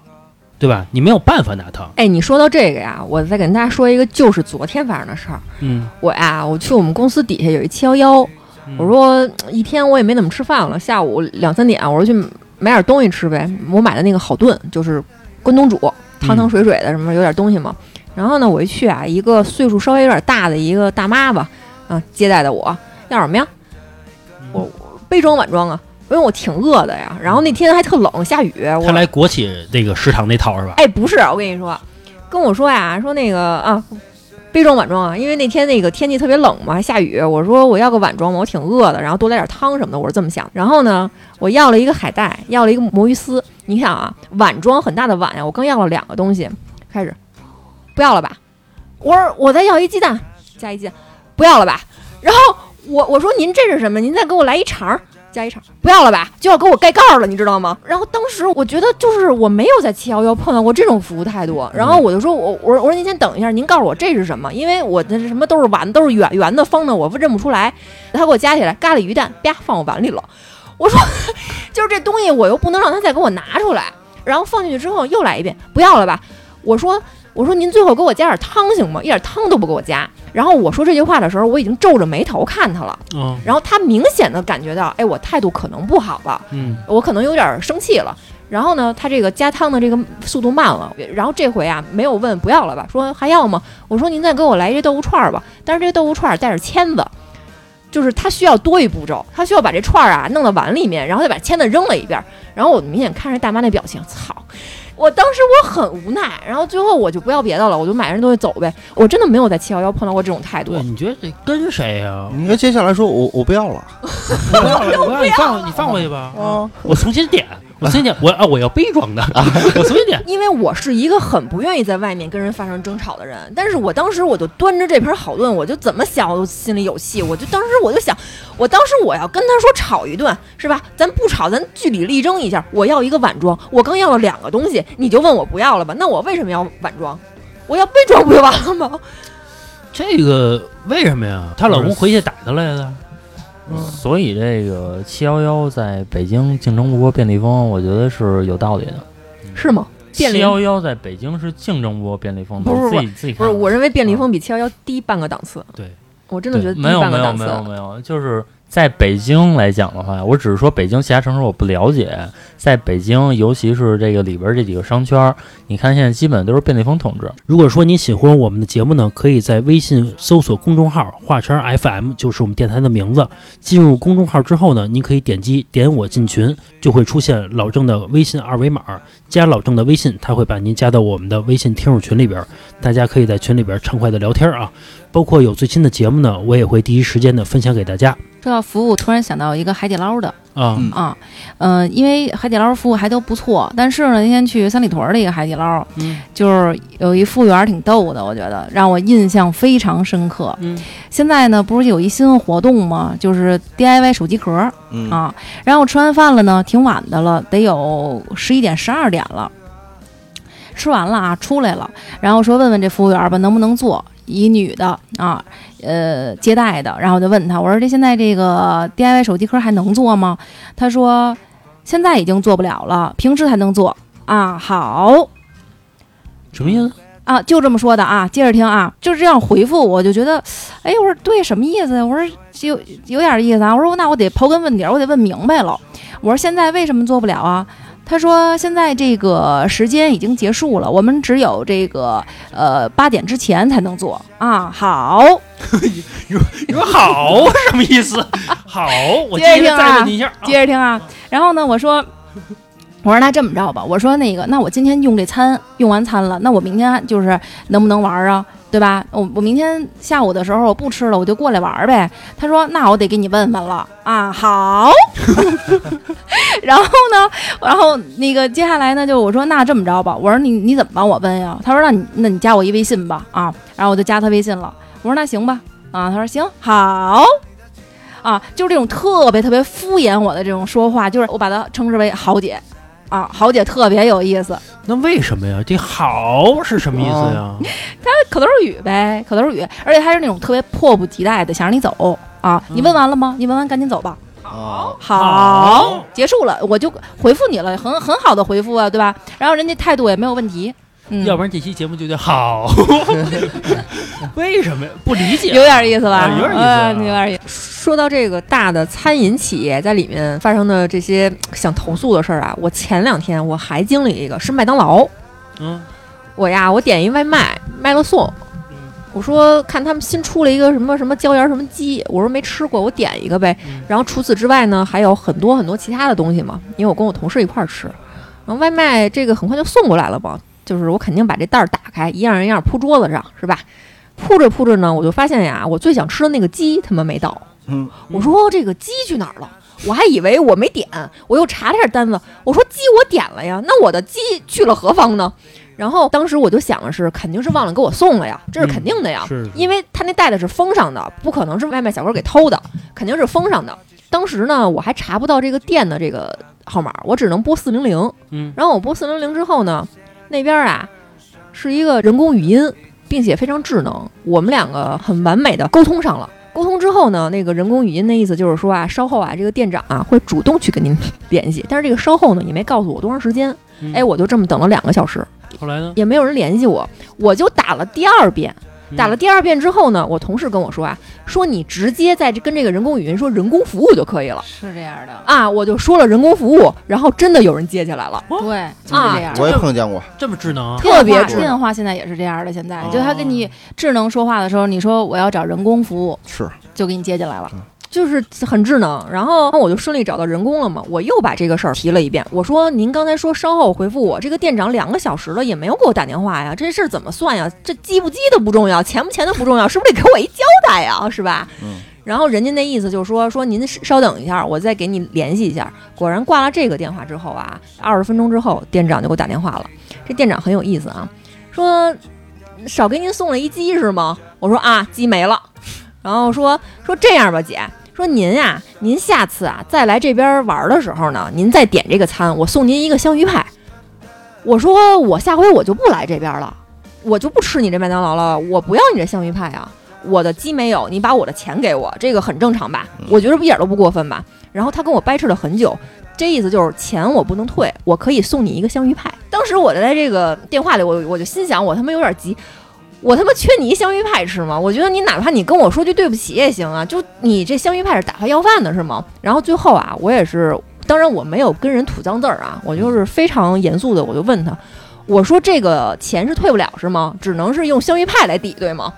Speaker 2: 对吧？你没有办法拿他。
Speaker 4: 哎，你说到这个呀，我再跟大家说一个，就是昨天晚上的事儿。
Speaker 2: 嗯，
Speaker 4: 我哎呀，我去我们公司底下有一七幺幺，我说嗯一天我也没怎么吃饭了，下午两三点，我说去买点东西吃呗。我买的那个好炖，就是关东煮，汤汤水水的，什么有点东西嘛。然后呢，我一去啊，一个岁数稍微有点大的一个大妈吧，啊，接待的我要什么呀？我我杯装碗装啊，因为我挺饿的呀。然后那天还特冷，下雨，我
Speaker 2: 他来国企那个食堂那套是吧？
Speaker 4: 哎，不是，我跟你说，跟我说呀，说那个啊，杯装碗装啊，因为那天那个天气特别冷嘛，还下雨。我说我要个碗装嘛，我挺饿的，然后多来点汤什么的，我是这么想。然后呢，我要了一个海带，要了一个魔芋丝。你看啊，碗装很大的碗呀，我刚要了两个东西，开始不要了吧？我说我再要一鸡蛋，加一鸡蛋，不要了吧？然后我我说您这是什么？您再给我来一肠儿。加一肠，不要了吧，就要给我盖盖儿了，你知道吗？然后当时我觉得就是我没有在七幺幺碰到过这种服务态度，然后我就说我我说我说您先等一下，您告诉我这是什么，因为我的什么都是碗都是圆圆的方的，我认不出来。他给我夹起来咖喱鱼蛋，啪放我碗里了。我说 就是这东西我又不能让他再给我拿出来，然后放进去之后又来一遍，不要了吧？我说我说您最后给我加点汤行吗？一点汤都不给我加。然后我说这句话的时候，我已经皱着眉头看他了。
Speaker 2: 嗯
Speaker 4: 然后他明显的感觉到，哎，我态度可能不好了，
Speaker 2: 嗯，
Speaker 4: 我可能有点生气了。然后呢，他这个加汤的这个速度慢了，然后这回啊没有问不要了吧， 说还要吗？我说您再给我来一豆腐串儿吧，但是这个豆腐串儿带着签子，就是他需要多一步骤，他需要把这串儿啊弄到碗里面，然后再把签子扔了一边儿。然后我明显看着大妈那表情，操！我当时我很无奈，然后最后我就不要别的了，我就买人东西走呗。我真的没有在七幺幺碰到过这种态度
Speaker 2: 对，，你觉得这跟谁 呀？
Speaker 3: 你看接下来说，我我不要了，
Speaker 2: 不要了，不要你放你放回去吧。
Speaker 3: 啊，
Speaker 2: 我重新点，我重新点，我啊我要杯装 的，我重新点。
Speaker 4: 因为我是一个很不愿意在外面跟人发生争吵的人，但是我当时我就端着这盘好炖，我就怎么想我都心里有气，我就当时我就想，我当时我要跟他说吵一顿，是吧？咱不吵，咱据理力争一下。我要一个碗装，我刚要了两个东西，你就问我不要了吧？那我为什么要碗装？我要杯装不就完了吗？
Speaker 2: 这个为什么呀？她老公回去打她来的。
Speaker 5: 嗯所以这个七幺幺在北京竞争不过便利蜂，我觉得是有道理的。
Speaker 4: 是吗？便
Speaker 5: 七
Speaker 4: 利
Speaker 5: 幺幺在北京是竞争不过便利蜂的，
Speaker 4: 不是
Speaker 5: 自己自己
Speaker 4: 不
Speaker 5: 看
Speaker 4: 是，
Speaker 5: 吧。
Speaker 4: 我认为便利蜂比七幺幺低半个档次。
Speaker 2: 对，
Speaker 4: 我真的觉得低
Speaker 5: 没有
Speaker 4: 呃半
Speaker 5: 没
Speaker 4: 个
Speaker 5: 有
Speaker 4: 档
Speaker 5: 没
Speaker 4: 次。
Speaker 5: 有没有，就是在北京来讲的话，我只是说北京其他城市我不了解，在北京，尤其是这个里边这几个商圈儿，你看现在基本都是便利蜂统治。
Speaker 2: 如果说您喜欢我们的节目呢，可以在微信搜索公众号“画圈 FM”，就是我们电台的名字。进入公众号之后呢，您可以点击“点我进群”，就会出现老郑的微信二维码，加老郑的微信，他会把您加到我们的微信听众群里边，大家可以在群里边畅快的聊天啊。包括有最新的节目呢，我也会第一时间的分享给大家
Speaker 6: 说到服务，突然想到一个海底捞的
Speaker 2: 啊。
Speaker 3: 嗯
Speaker 6: 啊，嗯、因为海底捞服务还都不错，但是呢，那天去三里屯儿的一个海底捞，
Speaker 2: 嗯
Speaker 6: 就是有一服务员儿挺逗的，我觉得让我印象非常深刻。
Speaker 2: 嗯，
Speaker 6: 现在呢，不是有一新活动吗？就是 DIY 手机壳儿
Speaker 3: 嗯
Speaker 6: 啊。然后吃完饭了呢，挺晚的了，得有十一点、十二点了。吃完了啊，出来了，然后说问问这服务员儿吧，能不能做？一女的啊，呃，接待的，然后我就问他，我说这现在这个 DIY 手机壳还能做吗？他说现在已经做不了了，平时才能做啊。好，
Speaker 2: 什么意思？
Speaker 6: 啊，就这么说的啊，接着听啊，就是这样回复，我就觉得，哎，我说对，什么意思呀？我说有有点意思啊，我说那我得刨根问底儿，我得问明白了。我说现在为什么做不了啊？他说现在这个时间已经结束了，我们只有这个呃八点之前才能做啊。好，
Speaker 2: 你说好什么意思？ 好，我
Speaker 6: 接着听啊
Speaker 2: 一下啊
Speaker 6: 接着听啊。然后呢，我说，我说那这么着吧，我说那个，那我今天用这餐，用完餐了，那我明天就是能不能玩啊？对吧？我我明天下午的时候我不吃了，我就过来玩呗。他说那我得给你问问了啊。好， 然后呢，然后那个接下来呢，就我说那这么着吧，我说你你怎么帮我问呀？他说那你那你加我一微信吧啊。然后我就加他微信了。我说那行吧啊。他说行好。啊，就是这种特别特别敷衍我的这种说话，就是我把她称之为豪姐，啊，豪姐特别有意思，
Speaker 2: 那为什么呀？这好是什么意思呀？
Speaker 6: 口头语呗，口头语，而且她是那种特别迫不及待的想让你走啊，你问完了吗？你问完赶紧走吧。
Speaker 3: 啊，
Speaker 6: 好，结束了，我就回复你了，很很好的回复啊，对吧？然后人家态度也没有问题，嗯，
Speaker 2: 要不然这期节目就叫好， 为什么呀？不理解。
Speaker 6: 有点意思吧？
Speaker 2: 啊有点意思啊
Speaker 6: 嗯有点意思。
Speaker 4: 说到这个大的餐饮企业在里面发生的这些想投诉的事儿啊，我前两天我还经历一个，是麦当劳。
Speaker 2: 嗯，
Speaker 4: 我呀，我点一外卖，麦乐送
Speaker 2: 嗯。
Speaker 4: 我说看他们新出了一个什么什么椒盐什么鸡，我说没吃过，我点一个呗
Speaker 2: 嗯。
Speaker 4: 然后除此之外呢，还有很多很多其他的东西嘛，因为我跟我同事一块儿吃。然后外卖这个很快就送过来了嘛，就是我肯定把这袋儿打开，一样一样铺桌子上，是吧？铺着铺着呢，我就发现呀，我最想吃的那个鸡他妈没到。
Speaker 3: 嗯，
Speaker 4: 我说这个鸡去哪儿了？我还以为我没点，我又查了一下单子，我说鸡我点了呀，那我的鸡去了何方呢？然后当时我就想的是，肯定是忘了给我送了呀，这是肯定的呀，
Speaker 2: 是是
Speaker 4: 因为他那袋子是封上的，不可能是外卖小哥给偷的，肯定是封上的。当时呢，我还查不到这个店的这个号码，我只能拨四零零。
Speaker 2: 嗯，
Speaker 4: 然后我拨四零零之后呢，那边啊是一个人工语音，并且非常智能，我们两个很完美的沟通上了。沟通之后呢，那个人工语音的意思就是说啊，稍后啊，这个店长啊会主动去跟您联系，但是这个稍后呢也没告诉我多长时间
Speaker 2: 嗯，
Speaker 4: 哎，我就这么等了两个小时，
Speaker 2: 后来呢？
Speaker 4: 也没有人联系我，我就打了第二遍，
Speaker 2: 嗯
Speaker 4: 打了第二遍之后呢，我同事跟我说啊，说你直接在这跟这个人工语音说人工服务就可以了
Speaker 6: 是这样的，
Speaker 4: 啊，我就说了人工服务，然后真的有人接起来了，
Speaker 6: 对，就是
Speaker 4: 啊
Speaker 6: 这样。
Speaker 3: 我也碰见过，
Speaker 2: 这么智能啊？
Speaker 4: 特别
Speaker 6: 电话
Speaker 4: 智
Speaker 6: 电话现在也是这样的，现在
Speaker 2: 哦
Speaker 6: 就他跟你智能说话的时候，你说我要找人工服务，
Speaker 3: 是
Speaker 6: 就给你接进来了。
Speaker 4: 就是很智能。然后我就顺利找到人工了嘛，我又把这个事儿提了一遍。我说您刚才说稍后回复我，这个店长两个小时了也没有给我打电话呀，这事儿怎么算呀？这鸡不鸡的不重要，钱不钱的不重要，是不是得给我一交代呀？是吧？
Speaker 3: 嗯。
Speaker 4: 然后人家那意思就是说，说您稍等一下，我再给你联系一下。果然挂了这个电话之后啊，二十分钟之后，店长就给我打电话了。这店长很有意思啊，说少给您送了一鸡是吗？我说啊，鸡没了。然后说说这样吧，姐，说您呀、您下次啊再来这边玩的时候呢，您再点这个餐，我送您一个香芋派。我说我下回我就不来这边了，我就不吃你这麦当劳了，我不要你这香芋派啊。我的鸡没有，你把我的钱给我，这个很正常吧？我觉得一点都不过分吧。然后他跟我掰扯了很久，这意思就是钱我不能退，我可以送你一个香芋派。当时我在这个电话里，我我就心想，我他妈有点急，我他妈缺你一香芋派吃吗？我觉得你哪怕你跟我说句对不起也行啊，就你这香芋派是打发要饭的是吗？然后最后啊，我也是，当然我没有跟人吐脏字儿啊，我就是非常严肃的，我就问他，我说这个钱是退不了是吗？只能是用香芋派来抵对吗？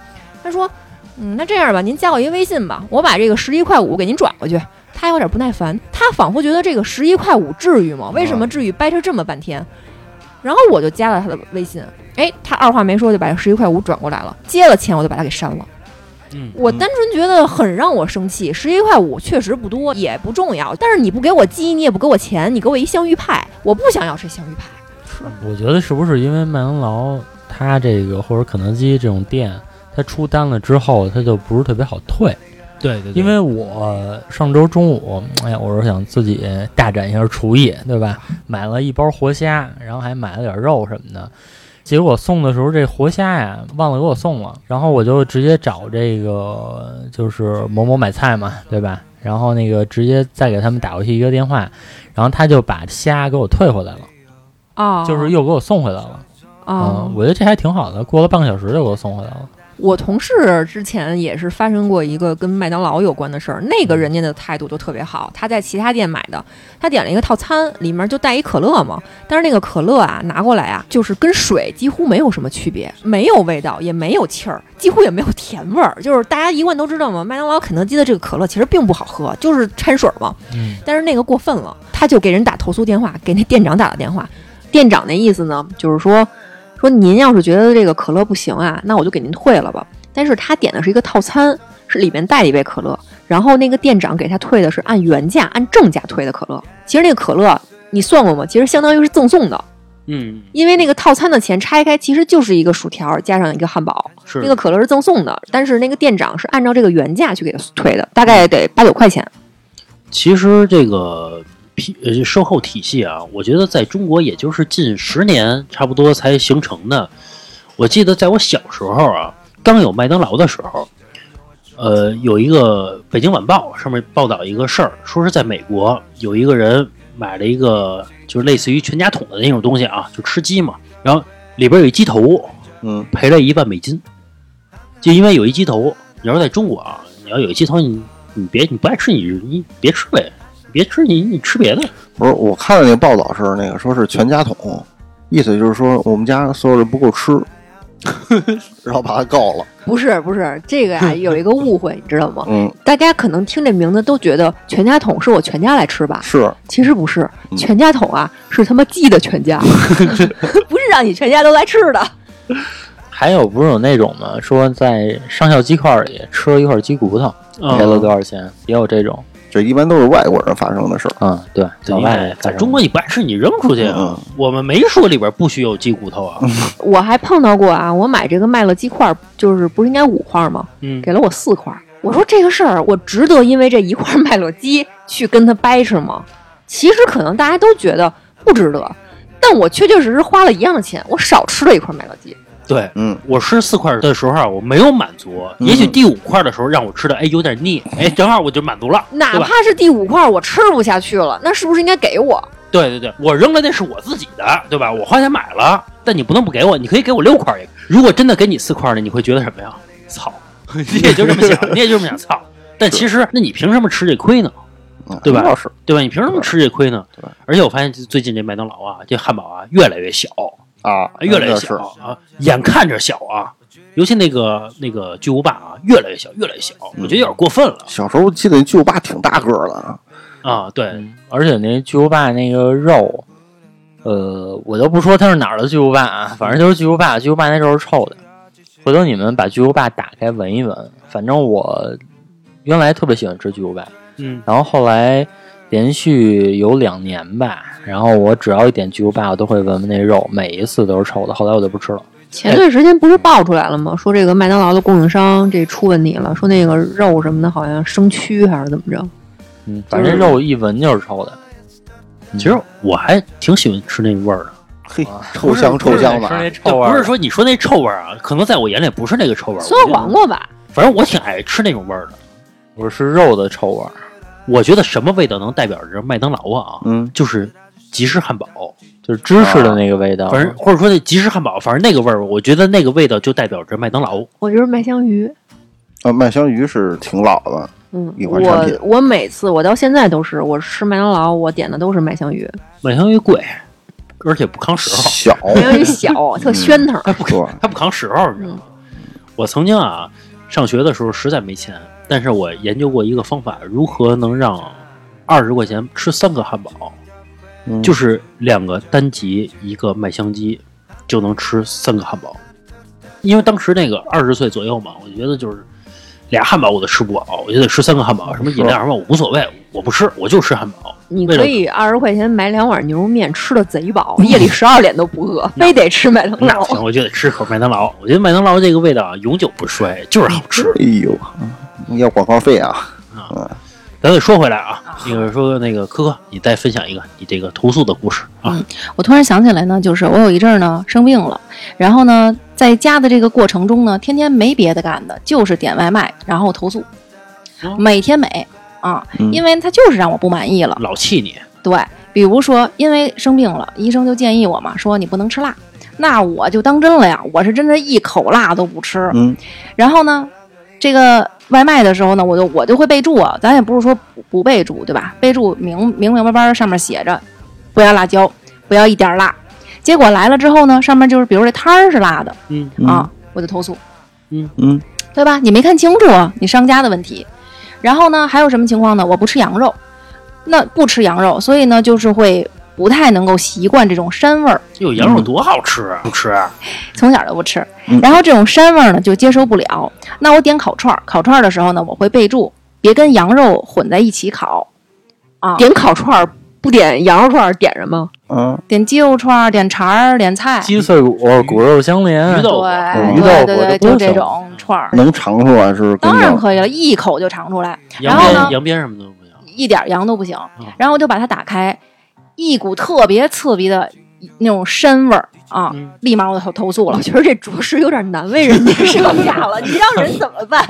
Speaker 4: 他说，嗯，那这样吧，您加我一微信吧，我把这个十一块五给您转过去。他有点不耐烦，他仿佛觉得这个十一块五至于吗？为什么至于掰扯这么半天？然后我就加了他的微信，哎，他二话没说就把十一块五转过来了，接了钱我就把他给删了。
Speaker 2: 嗯，
Speaker 4: 我单纯觉得很让我生气，十一块五确实不多，也不重要，但是你不给我鸡，你也不给我钱，你给我一香芋派，我不想要吃香芋派。
Speaker 5: 我觉得是不是因为麦当劳它这个或者肯德基这种店，它出单了之后，它就不是特别好退。
Speaker 2: 对对对，
Speaker 5: 因为我上周中午，哎呀，我是想自己大展一下厨艺，对吧？买了一包活虾，然后还买了点肉什么的。结果送的时候，这活虾呀忘了给我送了，然后我就直接找这个就是某某买菜嘛，对吧？然后那个直接再给他们打过去一个电话，然后他就把虾给我退回来了，
Speaker 4: 哦
Speaker 5: 就是又给我送回来了。
Speaker 4: 哦
Speaker 5: 嗯，我觉得这还挺好的，过了半个小时就给我送回来了。
Speaker 4: 我同事之前也是发生过一个跟麦当劳有关的事儿，那个人家的态度就特别好。他在其他店买的，他点了一个套餐，里面就带一可乐嘛。但是那个可乐啊，拿过来啊，就是跟水几乎没有什么区别，没有味道，也没有气儿，几乎也没有甜味儿。就是大家一贯都知道嘛，麦当劳、肯德基的这个可乐其实并不好喝，就是掺水嘛。
Speaker 5: 嗯，
Speaker 4: 但是那个过分了，他就给人打投诉电话，给那店长打了电话。店长那意思呢，就是说说您要是觉得这个可乐不行啊，那我就给您退了吧。但是他点的是一个套餐，是里面带了一杯可乐，然后那个店长给他退的是按原价、按正价退的可乐。其实那个可乐你算过吗？其实相当于是赠送的，
Speaker 2: 嗯
Speaker 4: 因为那个套餐的钱拆开其实就是一个薯条加上一个汉堡，
Speaker 2: 是
Speaker 4: 那个可乐是赠送的，但是那个店长是按照这个原价去给他退的，大概得八九块钱。
Speaker 2: 其实这个批呃售后体系啊，我觉得在中国也就是近十年差不多才形成的。我记得在我小时候啊，刚有麦当劳的时候，呃，有一个《北京晚报》上面报道一个事儿，说是在美国有一个人买了一个就是类似于全家桶的那种东西啊，就吃鸡嘛，然后里边有一鸡头，
Speaker 3: 嗯，
Speaker 2: 赔了一万美金，就因为有一鸡头。你要是在中国啊，你要有一鸡头，你你别你不爱吃你你别吃呗，你别吃你你吃别的。
Speaker 3: 不是，我看了那个报道是那个说是全家桶，意思就是说我们家所有人不够 吃，然后把它告了。
Speaker 4: 不是不是，这个呀、有一个误会，你知道吗？
Speaker 3: 嗯，
Speaker 4: 大家可能听这名字都觉得全家桶是我全家来吃吧，
Speaker 3: 是
Speaker 4: 其实不是，
Speaker 3: 嗯
Speaker 4: 全家桶啊是他妈寄的 全家，不是让你全家都来吃的。
Speaker 5: 还有不是有那种吗？说在上校鸡块里吃了一块鸡骨头，
Speaker 2: 嗯
Speaker 3: 啊
Speaker 5: 赔了多少钱？也有这种。
Speaker 3: 这一般都是外国人发生的事儿。
Speaker 5: 嗯，对，老
Speaker 2: 因
Speaker 5: 外
Speaker 2: 为在中国你不爱吃你扔出去啊。
Speaker 3: 嗯
Speaker 2: 我们没说里边不许有鸡骨头啊。
Speaker 4: 我还碰到过啊，我买这个麦乐鸡块，就是不是应该五块吗？
Speaker 2: 嗯，
Speaker 4: 给了我四块。我说这个事儿，我值得因为这一块麦乐鸡去跟他掰扯吗？其实可能大家都觉得不值得，但我确确实实花了一样的钱，我少吃了一块麦乐鸡。
Speaker 2: 对。
Speaker 3: 嗯，
Speaker 2: 我吃四块的时候啊，我没有满足，
Speaker 3: 嗯
Speaker 2: 也许第五块的时候让我吃的，哎，有点腻，哎，正好我就满足了，
Speaker 4: 哪
Speaker 2: 对吧？
Speaker 4: 怕是第五块我吃不下去了，那是不是应该给我？
Speaker 2: 对对对，我扔了那是我自己的，对吧？我花钱买了，但你不能不给我，你可以给我六块儿也。如果真的给你四块儿呢，你会觉得什么呀？操，你也就这么想，你也就这么想，操。但其实，那你凭什么吃这亏呢？
Speaker 3: 嗯
Speaker 2: 对吧
Speaker 3: 那倒是
Speaker 2: 对吧？你凭什么吃这亏呢
Speaker 3: 对吧？
Speaker 2: 而且我发现最近这麦当劳啊，这汉堡啊越来越小，
Speaker 3: 啊，
Speaker 2: 越来越
Speaker 3: 那
Speaker 2: 小
Speaker 3: 是
Speaker 2: 啊，眼看着小啊，尤其那个那个巨无霸啊，越来越小，越来越小，我觉得有点过分了
Speaker 3: 小时候记得巨无霸挺大个儿的啊，
Speaker 2: 啊。对，
Speaker 5: 嗯而且那巨无霸那个肉，呃，我就不说它是哪儿的巨无霸啊，反正就是巨无霸，巨无霸那肉是臭的。回头你们把巨无霸打开闻一闻，反正我原来特别喜欢吃巨无霸，
Speaker 2: 嗯，
Speaker 5: 然后后来连续有两年吧，然后我只要一点巨无霸，我都会闻闻那肉，每一次都是臭的。后来我就不吃了。
Speaker 4: 前段时间不是爆出来了吗？说这个麦当劳的供应商这出问题了，说那个肉什么的好像生蛆还是怎么着？
Speaker 5: 嗯，反正肉一闻就是臭的。
Speaker 2: 其实我还挺喜欢吃那味儿的。
Speaker 3: 嘿
Speaker 5: 啊，
Speaker 3: 臭香
Speaker 5: 不是
Speaker 3: 臭香
Speaker 5: 不是那
Speaker 3: 的，
Speaker 5: 臭味儿
Speaker 2: 不是说你说那臭味儿啊，可能在我眼里不是那个臭味儿。
Speaker 4: 酸黄
Speaker 2: 瓜，
Speaker 4: 瓜吧，
Speaker 2: 反正我挺爱吃那种味儿的。
Speaker 5: 我是肉的臭味儿。
Speaker 2: 我觉得什么味道能代表着麦当劳啊？
Speaker 3: 嗯，
Speaker 2: 就是吉士汉堡。
Speaker 7: 就是芝
Speaker 5: 啊
Speaker 7: 士的那个味道。
Speaker 2: 反正或者说那吉士汉堡，反正那个味儿，我觉得那个味道就代表着麦当劳。
Speaker 4: 我就是麦香鱼，
Speaker 3: 啊，麦香鱼是挺老 的，
Speaker 4: 嗯，
Speaker 3: 一款产品
Speaker 4: 我我每次我到现在都是，我吃麦当劳我点的都是麦香鱼，
Speaker 2: 麦香鱼贵，而且不扛时候，
Speaker 3: 小，
Speaker 4: 麦香 鱼小特喧腾，
Speaker 2: 它不
Speaker 3: 对
Speaker 2: 它不扛时候，你知道吗？我曾经啊，上学的时候实在没钱，但是我研究过一个方法，如何能让二十块钱吃三个汉堡，
Speaker 3: 嗯
Speaker 2: 就是两个单极一个麦香鸡，就能吃三个汉堡。因为当时那个二十岁左右嘛，我觉得就是俩汉堡我都吃不饱，我就得吃三个汉堡，什么饮料什么我无所谓，我不吃，我就吃汉堡。
Speaker 4: 你
Speaker 2: 为了
Speaker 4: 可以二十块钱买两碗牛肉面，吃的贼饱，
Speaker 3: 嗯
Speaker 4: 夜里十二点都不饿，非得吃麦当
Speaker 2: 那
Speaker 4: 劳
Speaker 2: 不。行，我就得吃口麦当劳。我觉得麦当劳这个味道啊，永久不衰，就是好吃。
Speaker 3: 哎呦，嗯要广告费啊！
Speaker 2: 咱再说回来啊，那个说那个科科，你再分享一个你这个投诉的故事啊。
Speaker 6: 我突然想起来呢，就是我有一阵儿呢生病了，然后呢在家的这个过程中呢，天天没别的干的，就是点外卖，然后投诉，每天每啊，
Speaker 3: 嗯
Speaker 6: 因为他就是让我不满意了。
Speaker 2: 老气你，
Speaker 6: 对，比如说因为生病了，医生就建议我嘛，说你不能吃辣。那我就当真了呀，我是真的一口辣都不吃。
Speaker 3: 嗯，
Speaker 6: 然后呢，这个外卖的时候呢，我就我就会备注啊，咱也不是说不不备注对吧？备注明明明白白上面写着，不要辣椒，不要一点儿辣。结果来了之后呢，上面就是比如这摊儿是辣的
Speaker 2: 嗯，
Speaker 6: 啊，我就投诉。
Speaker 3: 嗯，
Speaker 6: 对吧？你没看清楚啊，你商家的问题。然后呢，还有什么情况呢？我不吃羊肉，那不吃羊肉，所以呢，就是会不太能够习惯这种膻味儿，
Speaker 2: 哟，羊肉多好吃啊，不吃啊？
Speaker 6: 从小就不吃
Speaker 3: 嗯。
Speaker 6: 然后这种膻味儿呢，就接受不了。那我点烤串儿，烤串儿的时候呢，我会备注别跟羊肉混在一起烤，啊，
Speaker 4: 点烤串儿不点羊肉串儿，点什么？
Speaker 3: 嗯
Speaker 6: 点鸡肉串儿，点肠儿，点菜，
Speaker 5: 鸡碎骨、骨肉相连
Speaker 2: 鱼，豆腐，
Speaker 6: 对
Speaker 3: 鱼
Speaker 6: 对
Speaker 5: 豆腐
Speaker 6: 对对，
Speaker 5: 这不
Speaker 6: 就
Speaker 5: 行
Speaker 6: 这种串儿，
Speaker 3: 能尝出来是跟
Speaker 6: 当然
Speaker 3: 羊
Speaker 6: 可以了，一口就尝出来。
Speaker 2: 羊
Speaker 6: 然后呢
Speaker 2: 鞭羊鞭什么的不行。
Speaker 6: 一点儿羊都不行。然后我就把它打开，一股特别刺鼻的那种膻味儿啊，
Speaker 2: 嗯
Speaker 6: 立马我就投诉了
Speaker 4: 我。觉得这着实有点难为人 家商家了，你让人怎么办？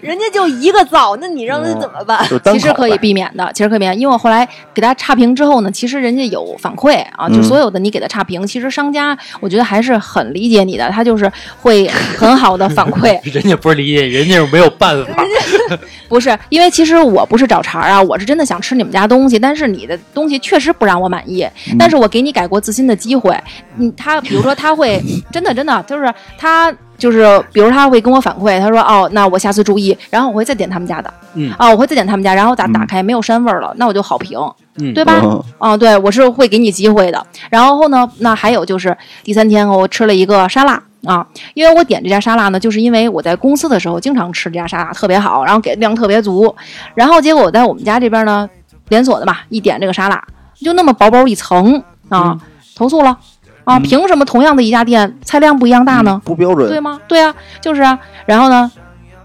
Speaker 4: 人家就一个灶，那你
Speaker 2: 嗯
Speaker 4: 让人怎么办？
Speaker 3: 就是单
Speaker 6: 其实
Speaker 3: 烤
Speaker 6: 可以
Speaker 3: 呗
Speaker 6: 避免的，其实可以避免，因为我后来给他差评之后呢，其实人家有反馈啊，就
Speaker 3: 嗯
Speaker 6: 所有的你给他差评，其实商家我觉得还是很理解你的，他就是会很好的反馈，
Speaker 2: 人家不是理解，人家是没有办法。
Speaker 6: 不是，因为其实我不是找茬儿啊，我是真的想吃你们家东西，但是你的东西确实不让我满意。但是我给你改过自新的机会，嗯，他比如说他会真的真的就是他就是，比如他会跟我反馈，他说哦，那我下次注意，然后我会再点他们家的，
Speaker 2: 嗯
Speaker 6: 啊，我会再点他们家，然后打打开没有膻味儿了，那我就好评，
Speaker 2: 嗯
Speaker 6: 对吧？
Speaker 3: 嗯
Speaker 6: 啊，对，我是会给你机会的。然后呢，那还有就是第三天我吃了一个沙拉啊，因为我点这家沙拉呢，就是因为我在公司的时候经常吃这家沙拉，特别好，然后给量特别足。然后结果我在我们家这边呢，连锁的嘛，一点这个沙拉就那么薄薄一层啊，投诉了啊，凭什么同样的一家店菜量不一样大呢？
Speaker 3: 不标准，
Speaker 6: 对吗？对啊，就是啊。然后呢，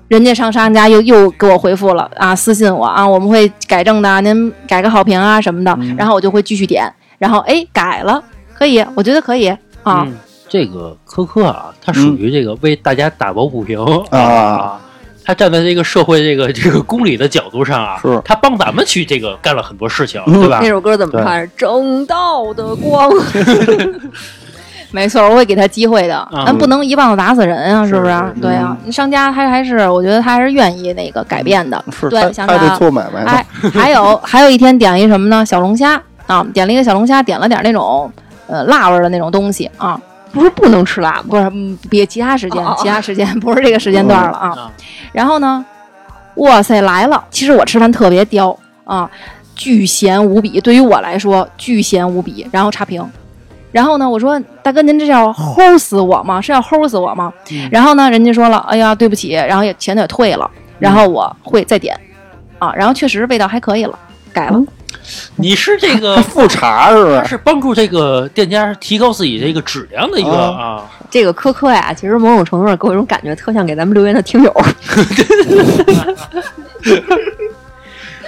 Speaker 6: 人家上商家又又给我回复了啊，私信我啊，我们会改正的，啊您改个好评啊什么的。
Speaker 2: 嗯
Speaker 6: 然后我就会继续点，然后哎改了，可以，我觉得可以啊。
Speaker 2: 嗯，这个科科啊，他属于这个为大家打抱不平
Speaker 3: 啊。
Speaker 2: 他站在这个社会这个这个公理的角度上啊，
Speaker 3: 是
Speaker 2: 他帮咱们去这个干了很多事情，
Speaker 3: 嗯
Speaker 2: 对吧
Speaker 4: 那？首歌怎么唱？正道的光，
Speaker 6: 没错，我会给他机会的，
Speaker 2: 啊嗯
Speaker 6: 咱、不能一棒子打死人啊，
Speaker 2: 是
Speaker 6: 不是？
Speaker 2: 是
Speaker 6: 对啊，商家他还是我觉得他还是愿意那个改变的。
Speaker 3: 是
Speaker 6: 对
Speaker 3: 他
Speaker 6: 想
Speaker 3: 他
Speaker 6: 想
Speaker 3: 得做买
Speaker 2: 嗯
Speaker 3: 卖的，
Speaker 6: 哎，还有还有一天点一什么呢？小龙虾啊，点了一个小龙虾，点了点那种呃辣味儿的那种东西啊，
Speaker 4: 不是不能吃辣吗？
Speaker 6: 不是，嗯别其他时间
Speaker 4: 哦哦，
Speaker 6: 其他时间不 是这个时间段了
Speaker 2: 嗯
Speaker 6: 啊。然后呢，哇塞来了！其实我吃饭特别刁啊，巨咸无比，对于我来说巨咸无比。然后差评，然后呢，我说大哥您这是要齁死我吗？是要齁死我吗？然后呢，人家说了，哎呀对不起，然后也钱也退了，然后我会再点啊，然后确实味道还可以了，改
Speaker 4: 嗯
Speaker 6: 了。
Speaker 2: 你是这个
Speaker 3: 复查是
Speaker 2: 它
Speaker 3: 吧？
Speaker 2: 是帮助这个店家提高自己这个质量的一个啊，
Speaker 4: 这个科科呀，其实某种程度上给我一种感觉，特像给咱们留言的听友。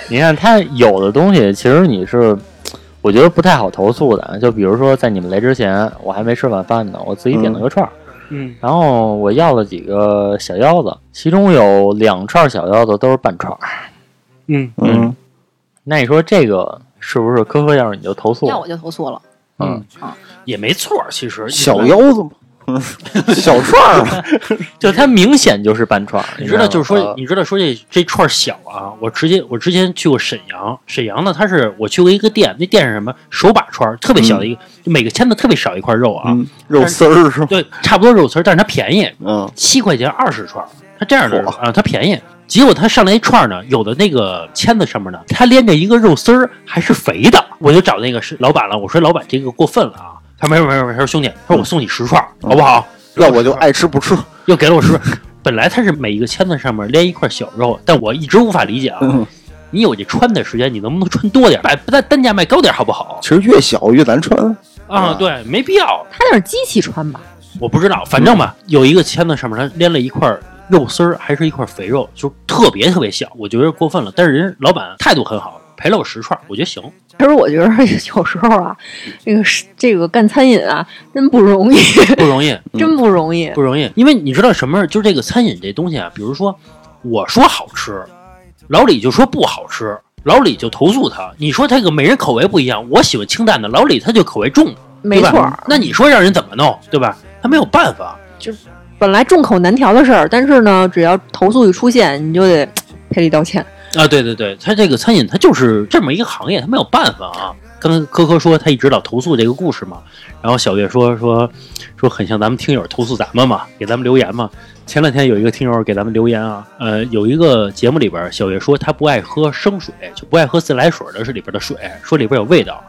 Speaker 5: 你看它有的东西，其实你是。我觉得不太好投诉的，就比如说在你们来之前，我还没吃晚饭呢，我自己点了个串儿，
Speaker 2: 嗯，
Speaker 5: 然后我要了几个小腰子，其中有两串小腰子都是半串儿。
Speaker 3: 嗯，
Speaker 5: 那你说这个是不是科科？要是你就投诉
Speaker 6: 要我就投诉了，
Speaker 3: 嗯，
Speaker 7: 也没错儿，其实
Speaker 3: 小
Speaker 7: 腰，
Speaker 3: 腰子嘛，嗯 小串儿，
Speaker 7: 就它明显就是半串儿，
Speaker 2: 你
Speaker 7: 知
Speaker 2: 知
Speaker 7: 道
Speaker 2: 道，
Speaker 7: 吗
Speaker 2: 就是说
Speaker 5: 呃
Speaker 7: 啊，
Speaker 2: 你知道说这这串儿小啊，我直接我之前去过沈阳，沈阳呢，它是我去过一个店，那店是什么手把串儿，特别小的一个，就每个签子特别少一块肉啊，
Speaker 3: 嗯，肉丝儿是吧？
Speaker 2: 对，差不多肉丝儿，但是它便宜，
Speaker 3: 嗯，
Speaker 2: 七块钱二十串儿，它这样的
Speaker 3: 嚯
Speaker 2: 啊，它便宜。结果它上来一串儿呢，有的那个签子上面呢，它连着一个肉丝儿，还是肥的。我就找那个是老板了，我说老板这个过分了啊。他说没事没事没事，兄弟，他说我送你十串儿，
Speaker 3: 嗯
Speaker 2: 好不好？
Speaker 3: 要我就爱吃不吃，
Speaker 2: 又给了我十串儿。本来它是每一个签子上面连一块小肉，但我一直无法理解啊，
Speaker 3: 嗯
Speaker 2: 你有这穿的时间，你能不能穿多点儿，把单单价卖高点儿好不好？
Speaker 3: 其实越小越难穿，
Speaker 2: 啊，对，没必要。
Speaker 4: 他那是机器穿吧？
Speaker 2: 我不知道，反正吧，有一个签子上面它连了一块肉丝儿，还是一块肥肉，就特别特别小，我觉得过分了。但是人家老板态度很好，赔了我十串儿，我觉得行。
Speaker 4: 其实我觉得有时候啊，这个是这个干餐饮啊，真不容易，
Speaker 2: 不容易，
Speaker 4: 真不容易。
Speaker 2: 不容易，因为你知道什么？就是这个餐饮这东西啊，比如说我说好吃，老李就说不好吃，老李就投诉他。你说他这个每人口味不一样，我喜欢清淡的，老李他就口味重，
Speaker 4: 没
Speaker 2: 对吧
Speaker 4: 错儿，
Speaker 2: 那你说让人怎么弄，对吧？他没有办法。
Speaker 4: 本来众口难调的事儿，但是呢，只要投诉一出现，你就得赔礼道歉。
Speaker 2: 啊，对对对，他这个餐饮它就是这么一个行业，他没有办法啊。刚刚科科说他一直老投诉这个故事嘛，然后小月说说说很像咱们听友投诉咱们嘛，给咱们留言嘛。前两天有一个听友给咱们留言啊，呃，有一个节目里边，小月说她不爱喝生水，就不爱喝自来水的是里边的水，说里边有味道。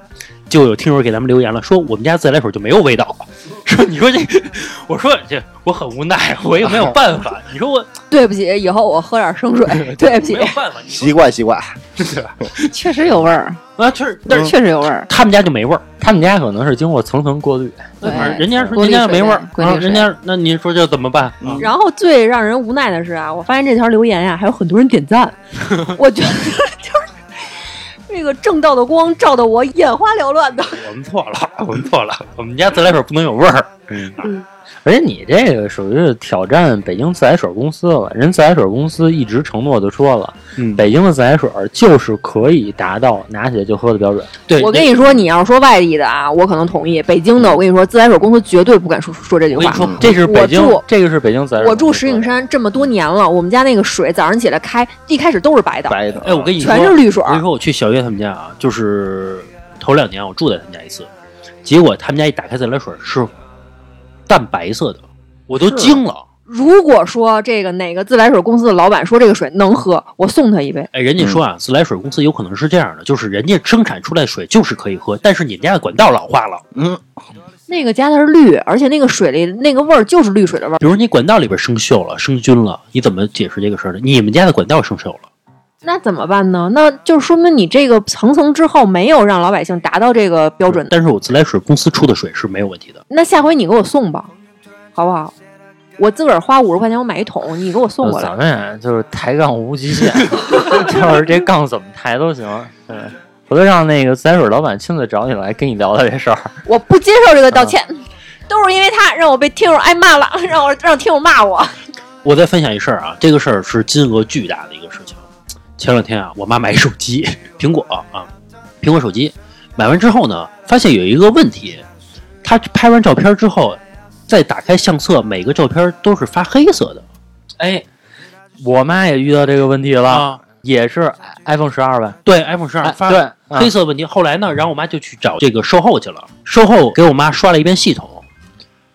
Speaker 2: 就有听友给咱们留言了，说我们家自来水就没有味道。 说你说这，我说这我很无奈，我也没有办法。你说我
Speaker 4: 对不起，以后我喝点 生水。对不
Speaker 2: 没
Speaker 4: 起
Speaker 2: 有，办法，你说
Speaker 3: 习惯习惯，
Speaker 6: 确实有味儿，
Speaker 2: 啊，确实，但是
Speaker 6: 确实有味儿。
Speaker 2: 他们家就没味儿。
Speaker 5: 他们家可能是经过层层过滤，
Speaker 6: 对
Speaker 4: 哎
Speaker 2: 反啊正人家说
Speaker 6: 锅
Speaker 2: 人
Speaker 6: 底
Speaker 2: 家
Speaker 6: 水
Speaker 2: 没味儿
Speaker 6: 呗，锅
Speaker 2: 然后
Speaker 6: 底水
Speaker 2: 人家那你说这怎么办？啊
Speaker 4: 然后最让人无奈的是啊，我发现这条留言呀、还有很多人 点赞，我觉得就是这个正道的光照得我眼花缭乱的。
Speaker 2: 我们错了，我们错了，我们家自来水不能有味儿。
Speaker 4: 嗯
Speaker 5: 而且哎你这个属于是挑战北京自来水公司了。人自来水公司一直承诺就说了，
Speaker 2: 嗯
Speaker 5: 北京的自来水就是可以达到拿起来就喝的标准。
Speaker 2: 对，
Speaker 4: 我跟你说，你要是说外地的啊，我可能同意；北京的，我跟你说，自来水公司绝对不敢说说这句
Speaker 2: 我跟
Speaker 4: 话
Speaker 2: 你。说，
Speaker 5: 这是北京
Speaker 4: 我住，
Speaker 5: 这个是北京自来水。
Speaker 4: 我住石景，山这么多年了，我们家那个水早上起来开，一开始都是白的，
Speaker 3: 白的。
Speaker 2: 哎，我跟你说，
Speaker 4: 全是绿水
Speaker 2: 我。跟你说，我去小月他
Speaker 5: 哎
Speaker 2: 们家啊，就是头两年我住在他们家一次，结果他们家一打开自来水是淡白色的，我都惊了。
Speaker 4: 如果说这个哪个自来水公司的老板说这个水能喝，我送他一杯。
Speaker 2: 哎，人家说啊，
Speaker 4: 嗯
Speaker 2: 自来水公司有可能是这样的，就是人家生产出来的水就是可以喝，但是你们家的管道老化了。
Speaker 4: 那个家它是绿，而且那个水里那个味儿就是绿水的味儿。
Speaker 2: 比如你管道里边生锈了、生菌了，你怎么解释这个事儿呢？你们家的管道生锈了，
Speaker 4: 那怎么办呢？那就说明你这个层层之后没有让老百姓达到这个标准。
Speaker 2: 但是我自来水公司出的水是没有问题的。
Speaker 4: 那下回你给我送吧，好不好？我自个儿花五十块钱我买一桶，你给我送过来
Speaker 5: 咱。们呀就是抬杠无 极限， 就是这杠怎么抬都行。对，我就让那个自来水老板亲自找你来跟你聊聊这事儿。
Speaker 4: 我不接受这个道歉， 都是因为他让我被听友挨骂了， 让我让听友骂我。
Speaker 2: 我再分享一事儿啊，这个事儿是金额巨大的一个事情。前两天啊，我妈买手机， 苹果啊，苹果手机，买完之后呢，发现有一个问题，她拍完照片之后，再打开相册，每个照片都是发黑色的。
Speaker 5: 哎，我妈也遇到这个问题了，
Speaker 2: 啊
Speaker 5: 也是 iPhone 十二吧？
Speaker 2: 对，iPhone 十二
Speaker 5: 哎
Speaker 2: 发
Speaker 5: 对，啊
Speaker 2: 黑色问题。后来呢，然后我妈就去找这个售后去了，售后给我妈刷了一遍系统，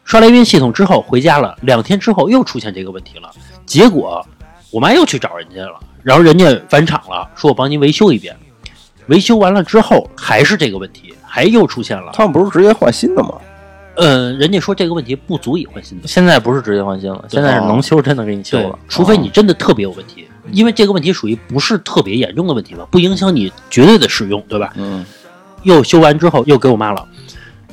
Speaker 2: 刷了一遍系统之后回家了，两天之后又出现这个问题了，结果我妈又去找人家了，然后人家返厂了，说我帮您维修一遍，维修完了之后还是这个问题，还又出现了。
Speaker 3: 他们不是直接换新的吗？
Speaker 2: 嗯，人家说这个问题不足以换新的。
Speaker 5: 现在不是直接换新了，现在是能修真的给你修
Speaker 2: 对
Speaker 5: 了，，嗯
Speaker 2: 除非你真的特别有问题，因为这个问题属于不是特别严重的问题嘛，不影响你绝对的使用，对吧？
Speaker 3: 嗯，
Speaker 2: 又修完之后又给我妈了，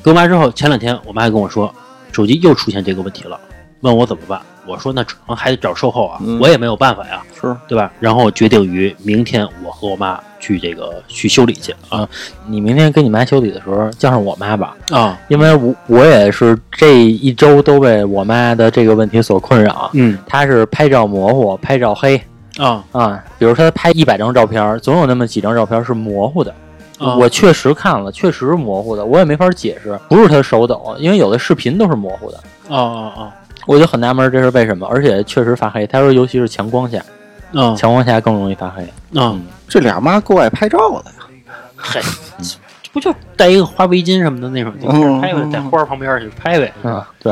Speaker 2: 给我妈之后，前两天我妈还跟我说，手机又出现这个问题了，问我怎么办。我说那只能还得找售后啊，
Speaker 3: 嗯
Speaker 2: 我也没有办法呀，
Speaker 3: 是
Speaker 2: 对吧？然后决定于明天我和我妈去这个去修理去啊
Speaker 5: 你明天跟你妈修理的时候叫上我妈吧，
Speaker 2: 啊
Speaker 5: 因为我嗯我也是这一周都被我妈的这个问题所困扰。
Speaker 2: 嗯
Speaker 5: 她是拍照模糊，拍照黑
Speaker 2: 啊
Speaker 5: 啊，比如说她拍一百张照片，总有那么几张照片是模糊的，
Speaker 8: 啊
Speaker 5: 我确实看了，确实是模糊的，我也没法解释，不是他手抖，因为有的视频都是模糊的，
Speaker 8: 哦哦
Speaker 5: 我就很纳闷这是为什么，而且确实发黑。他说，尤其是强光下，
Speaker 2: 啊嗯
Speaker 8: 哦，
Speaker 5: 强光下更容易发黑。
Speaker 8: 嗯
Speaker 3: 这俩妈够爱拍照的呀，
Speaker 2: 嘿，不就带一个花围巾什么的那种，就开始拍呗，在花儿旁边去拍呗。
Speaker 5: 嗯，对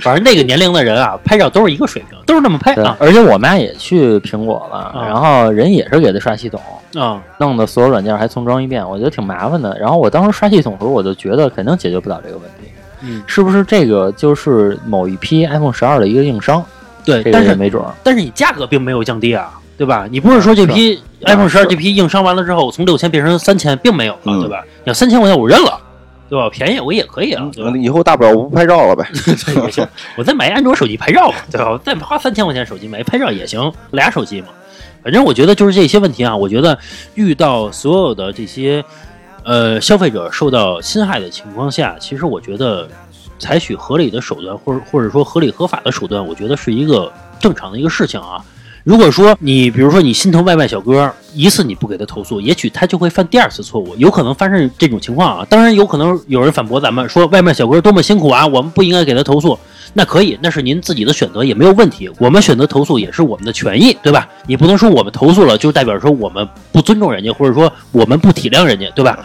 Speaker 2: 反正那个年龄的人啊，拍照都是一个水平，都是那么拍
Speaker 5: 对
Speaker 2: 啊，
Speaker 5: 而且我妈也去苹果了，
Speaker 8: 嗯
Speaker 5: 然后人也是给她刷系统，
Speaker 2: 啊
Speaker 8: 嗯
Speaker 5: 弄的所有软件还重装一遍，我觉得挺麻烦的。然后我当时刷系统的时候，我就觉得肯定解决不了这个问题。
Speaker 8: 嗯，
Speaker 5: 是不是这个就是某一批 iPhone 十二的一个硬伤？
Speaker 2: 对
Speaker 5: 这。个
Speaker 2: 但
Speaker 5: 也
Speaker 2: 是
Speaker 5: 没准儿。
Speaker 2: 但是你价格并没有降低啊，对吧？你不是说这批 iPhone 十二这批硬伤完了之后，从六千变成三千，并没有了，
Speaker 3: 嗯
Speaker 2: 对吧？你要三千块钱我认了，对吧？便宜我也可以啊，对吧？
Speaker 3: 以后大不了我不拍照了呗。
Speaker 2: 对 也行，我再买一安卓手机拍照嘛，对吧？我再花三千块钱手机买一拍照也行，俩手机嘛。反正我觉得就是这些问题啊，我觉得遇到所有的这些呃消费者受到侵害的情况下，其实我觉得采取合理的手段，或者或者说合理合法的手段，我觉得是一个正常的一个事情啊。如果说你，比如说你心疼外卖小哥一次你不给他投诉，也许他就会犯第二次错误，有可能发生这种情况啊。当然，有可能有人反驳咱们说外卖小哥多么辛苦啊，我们不应该给他投诉。那可以，那是您自己的选择，也没有问题。我们选择投诉也是我们的权益，对吧？你不能说我们投诉了就代表说我们不尊重人家，或者说我们不体谅人家，对吧？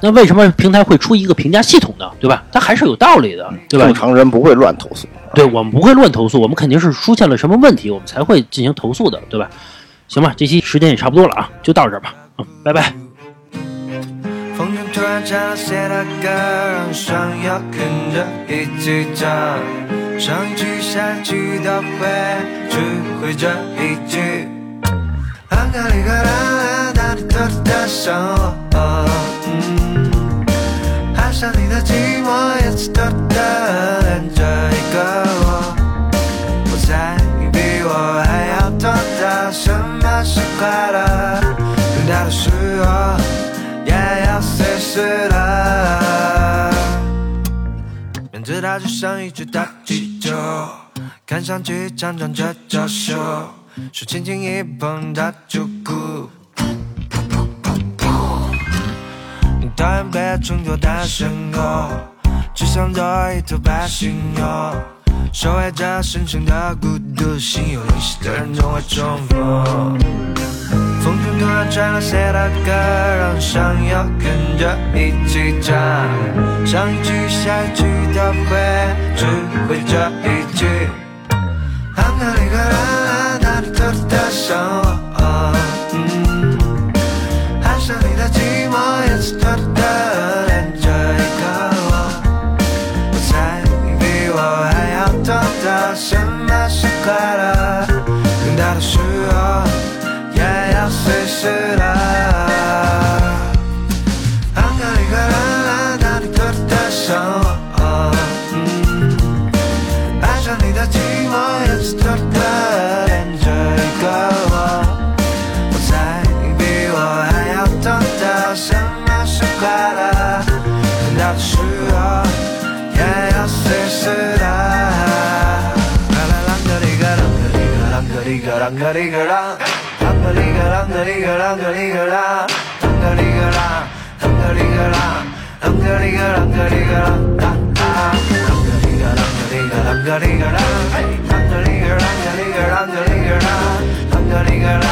Speaker 2: 那为什么平台会出一个评价系统呢？对吧？它还是有道理的，对吧？
Speaker 3: 正常人不会乱投诉。
Speaker 2: 对我们不会乱投诉，我们肯定是出现了什么问题，我们才会进行投诉的，对吧？行吧，这期时间也差不多了啊，就到这儿吧，嗯，拜拜。
Speaker 1: 风筝突然成了写的歌，让想要跟着一起唱，上一句下一句都会只会这一句。嗯安格里格拉拉达里特的生活，嗯，爱上你的寂寞，也刺痛的连着一个我。我猜你比我还要懂得什么是快乐，更大的是我也要随时了。面子它就像一只大气球，看上去强壮着娇羞，手轻轻一碰它就哭。讨厌被称作单身狗，只想做一头白犀牛，守卫着神圣的孤独，心有灵犀的人总会重逢。风筝突然传来谁的歌，让想要跟着一起唱，上一句下一句都会，只会这一句。安格里格拉拉达里特的生活，啊嗯，爱上你的寂寞也刺痛的连着一个我，我猜你比我还要懂得什么是快乐，更大的是我也要随时来。安格里格拉拉达里特的生活，嗯。爱上你的寂寞也是痛的，连着一个我。我猜你比我还要懂得什么是快乐，等到时候也要随时来。啦啦啷个哩个啷个哩个啷个哩个啷个哩个啷，啷个哩个啷个哩个啷个哩个啷，啷个哩个啷，啷个哩个啷，啷个哩个啷个哩个啷当当，啷个哩个啷个哩个啷个哩个啷，啷个哩个啷个哩个啷个哩个啷，啷个哩个啷，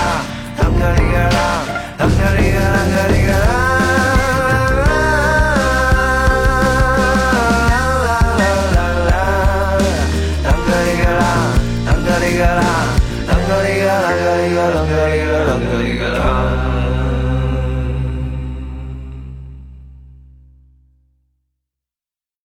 Speaker 1: 啷个哩个啷，啷个哩个啷个哩个啷。啷个哩个啷，啷个哩个啷，啷个哩个啷个哩个啷个哩个啷个哩个啷。